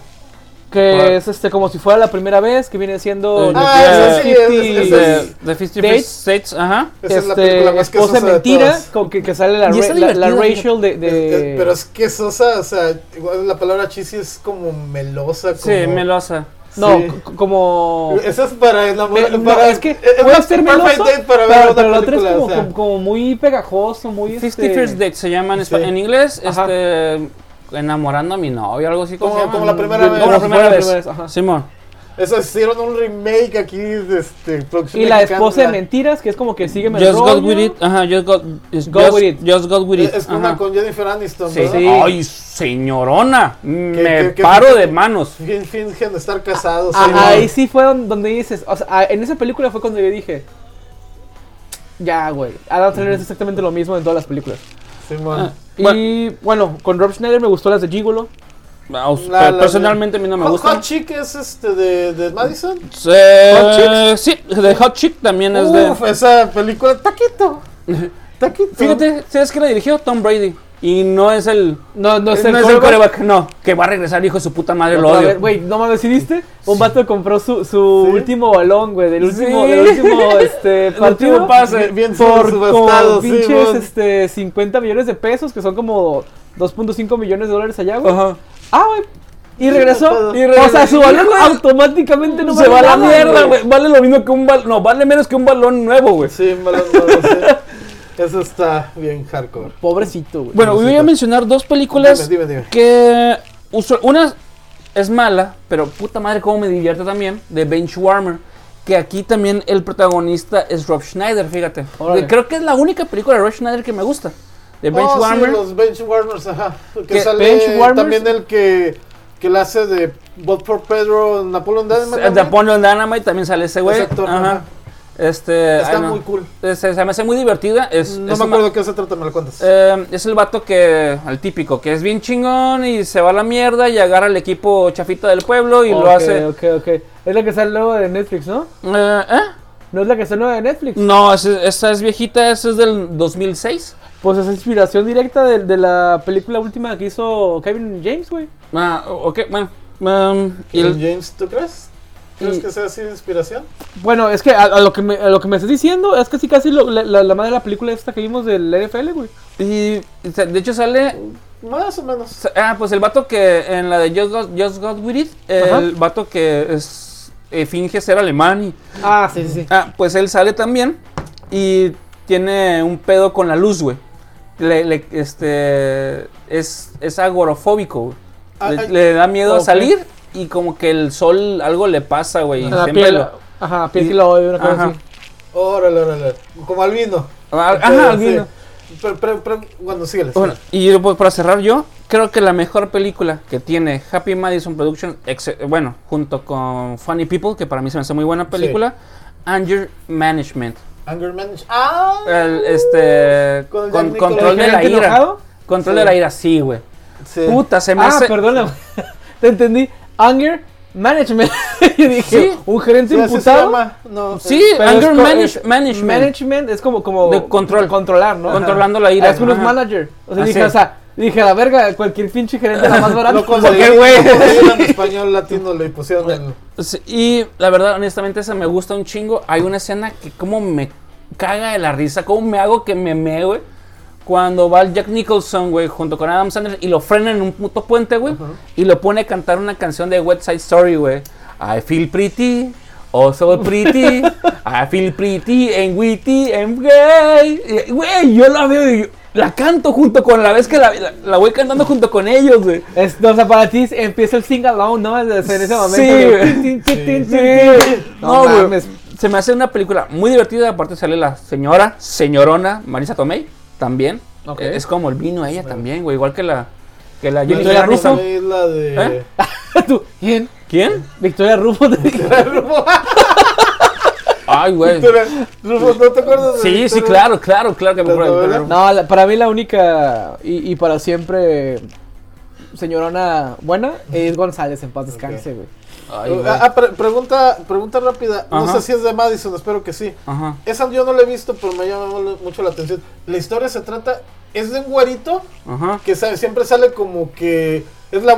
Speaker 2: que
Speaker 1: ¿Cuál?
Speaker 2: es, este, como si fuera la primera vez, que viene siendo...
Speaker 1: Eh,
Speaker 3: Ah, esa sí, es,
Speaker 2: Fifty-
Speaker 3: esa es-
Speaker 1: de, de Fifty
Speaker 2: Date.
Speaker 1: First States, ajá.
Speaker 3: esa es la
Speaker 2: este,
Speaker 3: película más que
Speaker 2: esposa
Speaker 3: sosa de
Speaker 2: mentira,
Speaker 3: todas.
Speaker 2: con que, que sale la,
Speaker 1: Y está
Speaker 2: ra- la, la
Speaker 1: divertida,
Speaker 2: racial de...
Speaker 3: Es-
Speaker 2: de-
Speaker 3: es- Este, pero es que sosa, o sea, igual la palabra chisi es como melosa. Como,
Speaker 1: Sí, melosa.
Speaker 2: no,
Speaker 3: sí.
Speaker 2: c- como...
Speaker 3: Eso es para enamorar.
Speaker 2: Me- no,
Speaker 3: para-
Speaker 2: es que
Speaker 3: es
Speaker 2: puede
Speaker 3: la
Speaker 2: ser
Speaker 3: perfect
Speaker 2: meloso,
Speaker 3: date para ver
Speaker 2: pero,
Speaker 3: otra
Speaker 2: pero la otra es
Speaker 3: película,
Speaker 2: como,
Speaker 3: o sea.
Speaker 2: como- como muy pegajoso, muy este...
Speaker 1: Fifty First Dates se llama en, espa-
Speaker 3: Sí.
Speaker 1: en inglés,
Speaker 2: Ajá.
Speaker 1: este, enamorando a mi novio, algo así. ¿cómo
Speaker 3: Como-
Speaker 1: se llama?
Speaker 3: como la primera vez.
Speaker 1: Como la
Speaker 2: Como
Speaker 1: primera
Speaker 2: la
Speaker 1: vez.
Speaker 2: primera vez, ajá.
Speaker 1: Simón.
Speaker 3: Eso hicieron un remake aquí de este, producción
Speaker 2: Y la
Speaker 3: mexicana.
Speaker 2: esposa de mentiras, que es como que sigue
Speaker 1: Just got with it. Ajá, just got, just,
Speaker 2: Go with it.
Speaker 1: just got with it.
Speaker 3: Es
Speaker 1: ajá.
Speaker 3: una con Jennifer Aniston,
Speaker 1: Sí.
Speaker 3: ¿verdad?
Speaker 2: Sí.
Speaker 1: Ay, señorona. Me
Speaker 3: qué- qué-
Speaker 1: paro
Speaker 3: qué-
Speaker 1: de manos.
Speaker 3: Fin- Fingen estar casados.
Speaker 2: Ah,
Speaker 3: sí,
Speaker 2: ahí
Speaker 3: ¿no?
Speaker 2: sí fue don- donde dices, o sea, ah, en esa película fue cuando yo dije, ya, güey, Adam Sandler es exactamente lo mismo en todas las películas.
Speaker 3: Simón.
Speaker 1: Ah,
Speaker 2: Y bueno, con Rob Schneider me gustó las de Gigolo.
Speaker 1: a usted-
Speaker 3: La- la-
Speaker 1: personalmente
Speaker 2: Ah,
Speaker 1: a mí no me
Speaker 3: Hot-
Speaker 1: gusta.
Speaker 3: Hot Chick es este de, de Madison.
Speaker 1: Eh, sí, de Hot Chick también es de.
Speaker 3: Uf, esa película, taquito. Taquito.
Speaker 1: Fíjate, ¿sabes que la dirigió? Tom Brady. Y no es el.
Speaker 2: No, Eh, no sé,
Speaker 1: No es el coreback, no. Que va a regresar, hijo de su puta madre, lo
Speaker 2: Otra vez,
Speaker 1: odio.
Speaker 2: Güey, no mames, ¿sí viste? Un vato compró su, su
Speaker 3: Sí.
Speaker 2: último balón, güey, del último,
Speaker 1: Sí.
Speaker 2: del último este, partido.
Speaker 1: último pase.
Speaker 3: Bien- bien
Speaker 2: por
Speaker 3: subastado,
Speaker 2: como
Speaker 3: sí,
Speaker 2: pinches
Speaker 3: mon.
Speaker 2: este, 50 millones de pesos, que son como 2.5 millones de dólares allá, güey.
Speaker 1: Ajá.
Speaker 2: Ah, güey. Y regresó.
Speaker 1: Y
Speaker 2: o sea,
Speaker 1: regresó.
Speaker 2: su balón
Speaker 1: Hijo de-
Speaker 2: automáticamente no
Speaker 1: se va
Speaker 2: vale
Speaker 1: a la
Speaker 2: nada,
Speaker 1: mierda, güey. Vale lo mismo que un balón. No, vale menos que un balón nuevo, güey.
Speaker 3: Sí, me lo- me lo sé. Eso está bien hardcore.
Speaker 2: Pobrecito, güey.
Speaker 1: Bueno, voy a mencionar dos películas
Speaker 3: Dime, dime, dime.
Speaker 1: que. usu- Una es mala, pero puta madre, cómo me divierte también. De Benchwarmer. Que aquí también el protagonista es Rob Schneider, fíjate.
Speaker 2: Órale.
Speaker 1: Que Creo que es la única película de Rob Schneider que me gusta. De eh,
Speaker 3: Oh, sí,
Speaker 1: Benchwarmer.
Speaker 3: los bench warmers, ajá. Que
Speaker 1: ¿Qué?
Speaker 3: sale
Speaker 2: Bench warmers.
Speaker 3: también el que, que la hace de Bob for Pedro, Napoleon Dynamite.
Speaker 1: De eh, Napoleon Dynamite también sale ese güey.
Speaker 3: Exacto,
Speaker 1: Ajá.
Speaker 3: ajá.
Speaker 1: Este,
Speaker 3: Está
Speaker 1: ay, no.
Speaker 3: muy cool.
Speaker 1: Es- se me hace muy divertida. Es,
Speaker 3: No
Speaker 1: es
Speaker 3: me
Speaker 1: una-
Speaker 3: acuerdo qué se trata, me lo cuentas.
Speaker 1: eh, es el vato que, al típico, que es bien chingón y se va a la mierda y agarra el equipo chafita del pueblo y lo hace.
Speaker 2: Ok, ok. Es la que sale luego de Netflix, ¿no?
Speaker 1: Eh, ¿eh?
Speaker 2: No es la que sale luego de Netflix.
Speaker 1: No, ese- esa es viejita, esa es del 2006.
Speaker 2: Pues es inspiración directa de, de la película última que hizo Kevin James, güey.
Speaker 1: Ah, ok, bueno. um, y
Speaker 3: ¿Y
Speaker 1: el-
Speaker 3: James, ¿tú crees? ¿Crees
Speaker 1: y-
Speaker 3: que sea así de inspiración?
Speaker 2: Bueno, es que a, a lo que me, a lo que me estás diciendo es casi casi lo- la, la- la madre de la película esta que vimos del NFL, güey.
Speaker 1: y, y sa- de hecho sale.
Speaker 3: Más o menos.
Speaker 1: sa- Ah, pues el vato que en la de Just Got, Just Got With It, el
Speaker 2: Ajá.
Speaker 1: vato que es, eh, finge ser alemán y.
Speaker 2: Ah, sí, sí, sí.
Speaker 1: Ah, pues él sale también y tiene un pedo con la luz, güey. Le, le- este, es, es agorofóbico, güey.
Speaker 3: Ah,
Speaker 1: le,
Speaker 3: ay.
Speaker 1: le da miedo
Speaker 2: Ok.
Speaker 1: a salir y como que el sol algo le pasa, güey. y
Speaker 2: La
Speaker 1: siempre
Speaker 2: Ah, piel.
Speaker 1: lo-
Speaker 2: Ajá, piel que lo odio, una cosa
Speaker 1: Ajá.
Speaker 2: así.
Speaker 3: Órale, órale. Como al vino.
Speaker 1: Ah,
Speaker 3: Pero,
Speaker 1: Ajá,
Speaker 3: sí.
Speaker 1: alguien-
Speaker 3: Pero- pero- pero- Bueno, síguele.
Speaker 1: Bueno, y yo, pues, para cerrar yo, creo que la mejor película que tiene Happy Madison Production, ex- bueno, junto con Funny People, que para mí se me hace muy buena película, Anger Management.
Speaker 3: Anger Manage. ¡Ah!
Speaker 1: El, este,
Speaker 3: Con
Speaker 1: con,
Speaker 3: Jack Nicholson.
Speaker 1: control
Speaker 2: ¿El
Speaker 1: de la
Speaker 2: gerente
Speaker 1: ira.
Speaker 2: enojado?
Speaker 1: Control
Speaker 3: Sí.
Speaker 1: de la ira, sí, güey.
Speaker 3: Sí.
Speaker 1: Puta, se me
Speaker 2: ah,
Speaker 1: hace...
Speaker 2: perdona. Te entendí. Anger Management. y dije,
Speaker 1: Sí.
Speaker 2: un gerente
Speaker 3: Sí, así se
Speaker 2: imputado.
Speaker 3: llama. No,
Speaker 1: Sí,
Speaker 3: eh,
Speaker 2: pero es
Speaker 1: anger
Speaker 2: co-
Speaker 1: manage-
Speaker 2: es-
Speaker 1: management.
Speaker 2: Management es como, como
Speaker 1: De control.
Speaker 2: controlar, ¿no?
Speaker 1: Controlando la ira.
Speaker 2: Es que uno es
Speaker 1: Ajá. Ah,
Speaker 2: manager. O sea,
Speaker 1: Así
Speaker 2: dije,
Speaker 1: es.
Speaker 2: o sea, Dije, a la verga, cualquier pinche gerente era más barato.
Speaker 3: Lo conseguí,
Speaker 1: qué, güey?
Speaker 3: lo conseguí en español latino, le pusieron el...
Speaker 1: Sí, Y la verdad, honestamente, esa me gusta un chingo. Hay una escena que como me caga de la risa, cómo me hago que me me, güey. Cuando va el Jack Nicholson, güey, junto con Adam Sandler y lo frena en un puto puente, güey. Y lo pone a cantar una canción de West Side Story, güey. I feel pretty, oh so pretty. I feel pretty and witty and gay. Y, Güey, yo la veo y yo- la canto junto con la vez que la, la- la voy cantando junto con ellos, güey.
Speaker 2: Es, no, o sea, para ti empieza el sing along, ¿no? Desde en ese momento.
Speaker 1: Sí,
Speaker 2: que-
Speaker 1: güey.
Speaker 2: tin, tin, tin, tin,
Speaker 1: Sí.
Speaker 2: tin.
Speaker 1: No, güey.
Speaker 2: mames.
Speaker 1: Se me hace una película muy divertida. Aparte sale la señora, señorona Marisa Tomei también.
Speaker 2: Ok.
Speaker 1: Eh, Es como el vino ella también, güey. Igual que la que la Jennifer
Speaker 2: Victoria
Speaker 3: la
Speaker 1: Aniston.
Speaker 2: Rufo.
Speaker 3: Es la de...
Speaker 1: ¿Eh?
Speaker 2: ¿Tú? ¿Quién?
Speaker 1: ¿Quién?
Speaker 2: Victoria Rufo. te-
Speaker 1: Ay, güey.
Speaker 3: Victoria Rufo, ¿no te acuerdas? de
Speaker 1: Sí, sí,
Speaker 3: Victoria?
Speaker 1: claro, claro, claro que me
Speaker 3: ¿La
Speaker 1: acuerdo. de Victoria
Speaker 3: novela?
Speaker 1: Rufo.
Speaker 2: No, la- para mí la única y, y para siempre señorona buena es González, en paz descanse, güey.
Speaker 1: Ay, güey.
Speaker 3: Ah, ah, pre- pregunta, pregunta rápida. No
Speaker 1: Ajá.
Speaker 3: sé si es de Madison, espero que sí.
Speaker 1: Ajá.
Speaker 3: Esa yo no la he visto, pero me llama mu- mucho la atención. La historia se trata, es de un güerito
Speaker 1: Ajá.
Speaker 3: que sa- siempre sale como que es la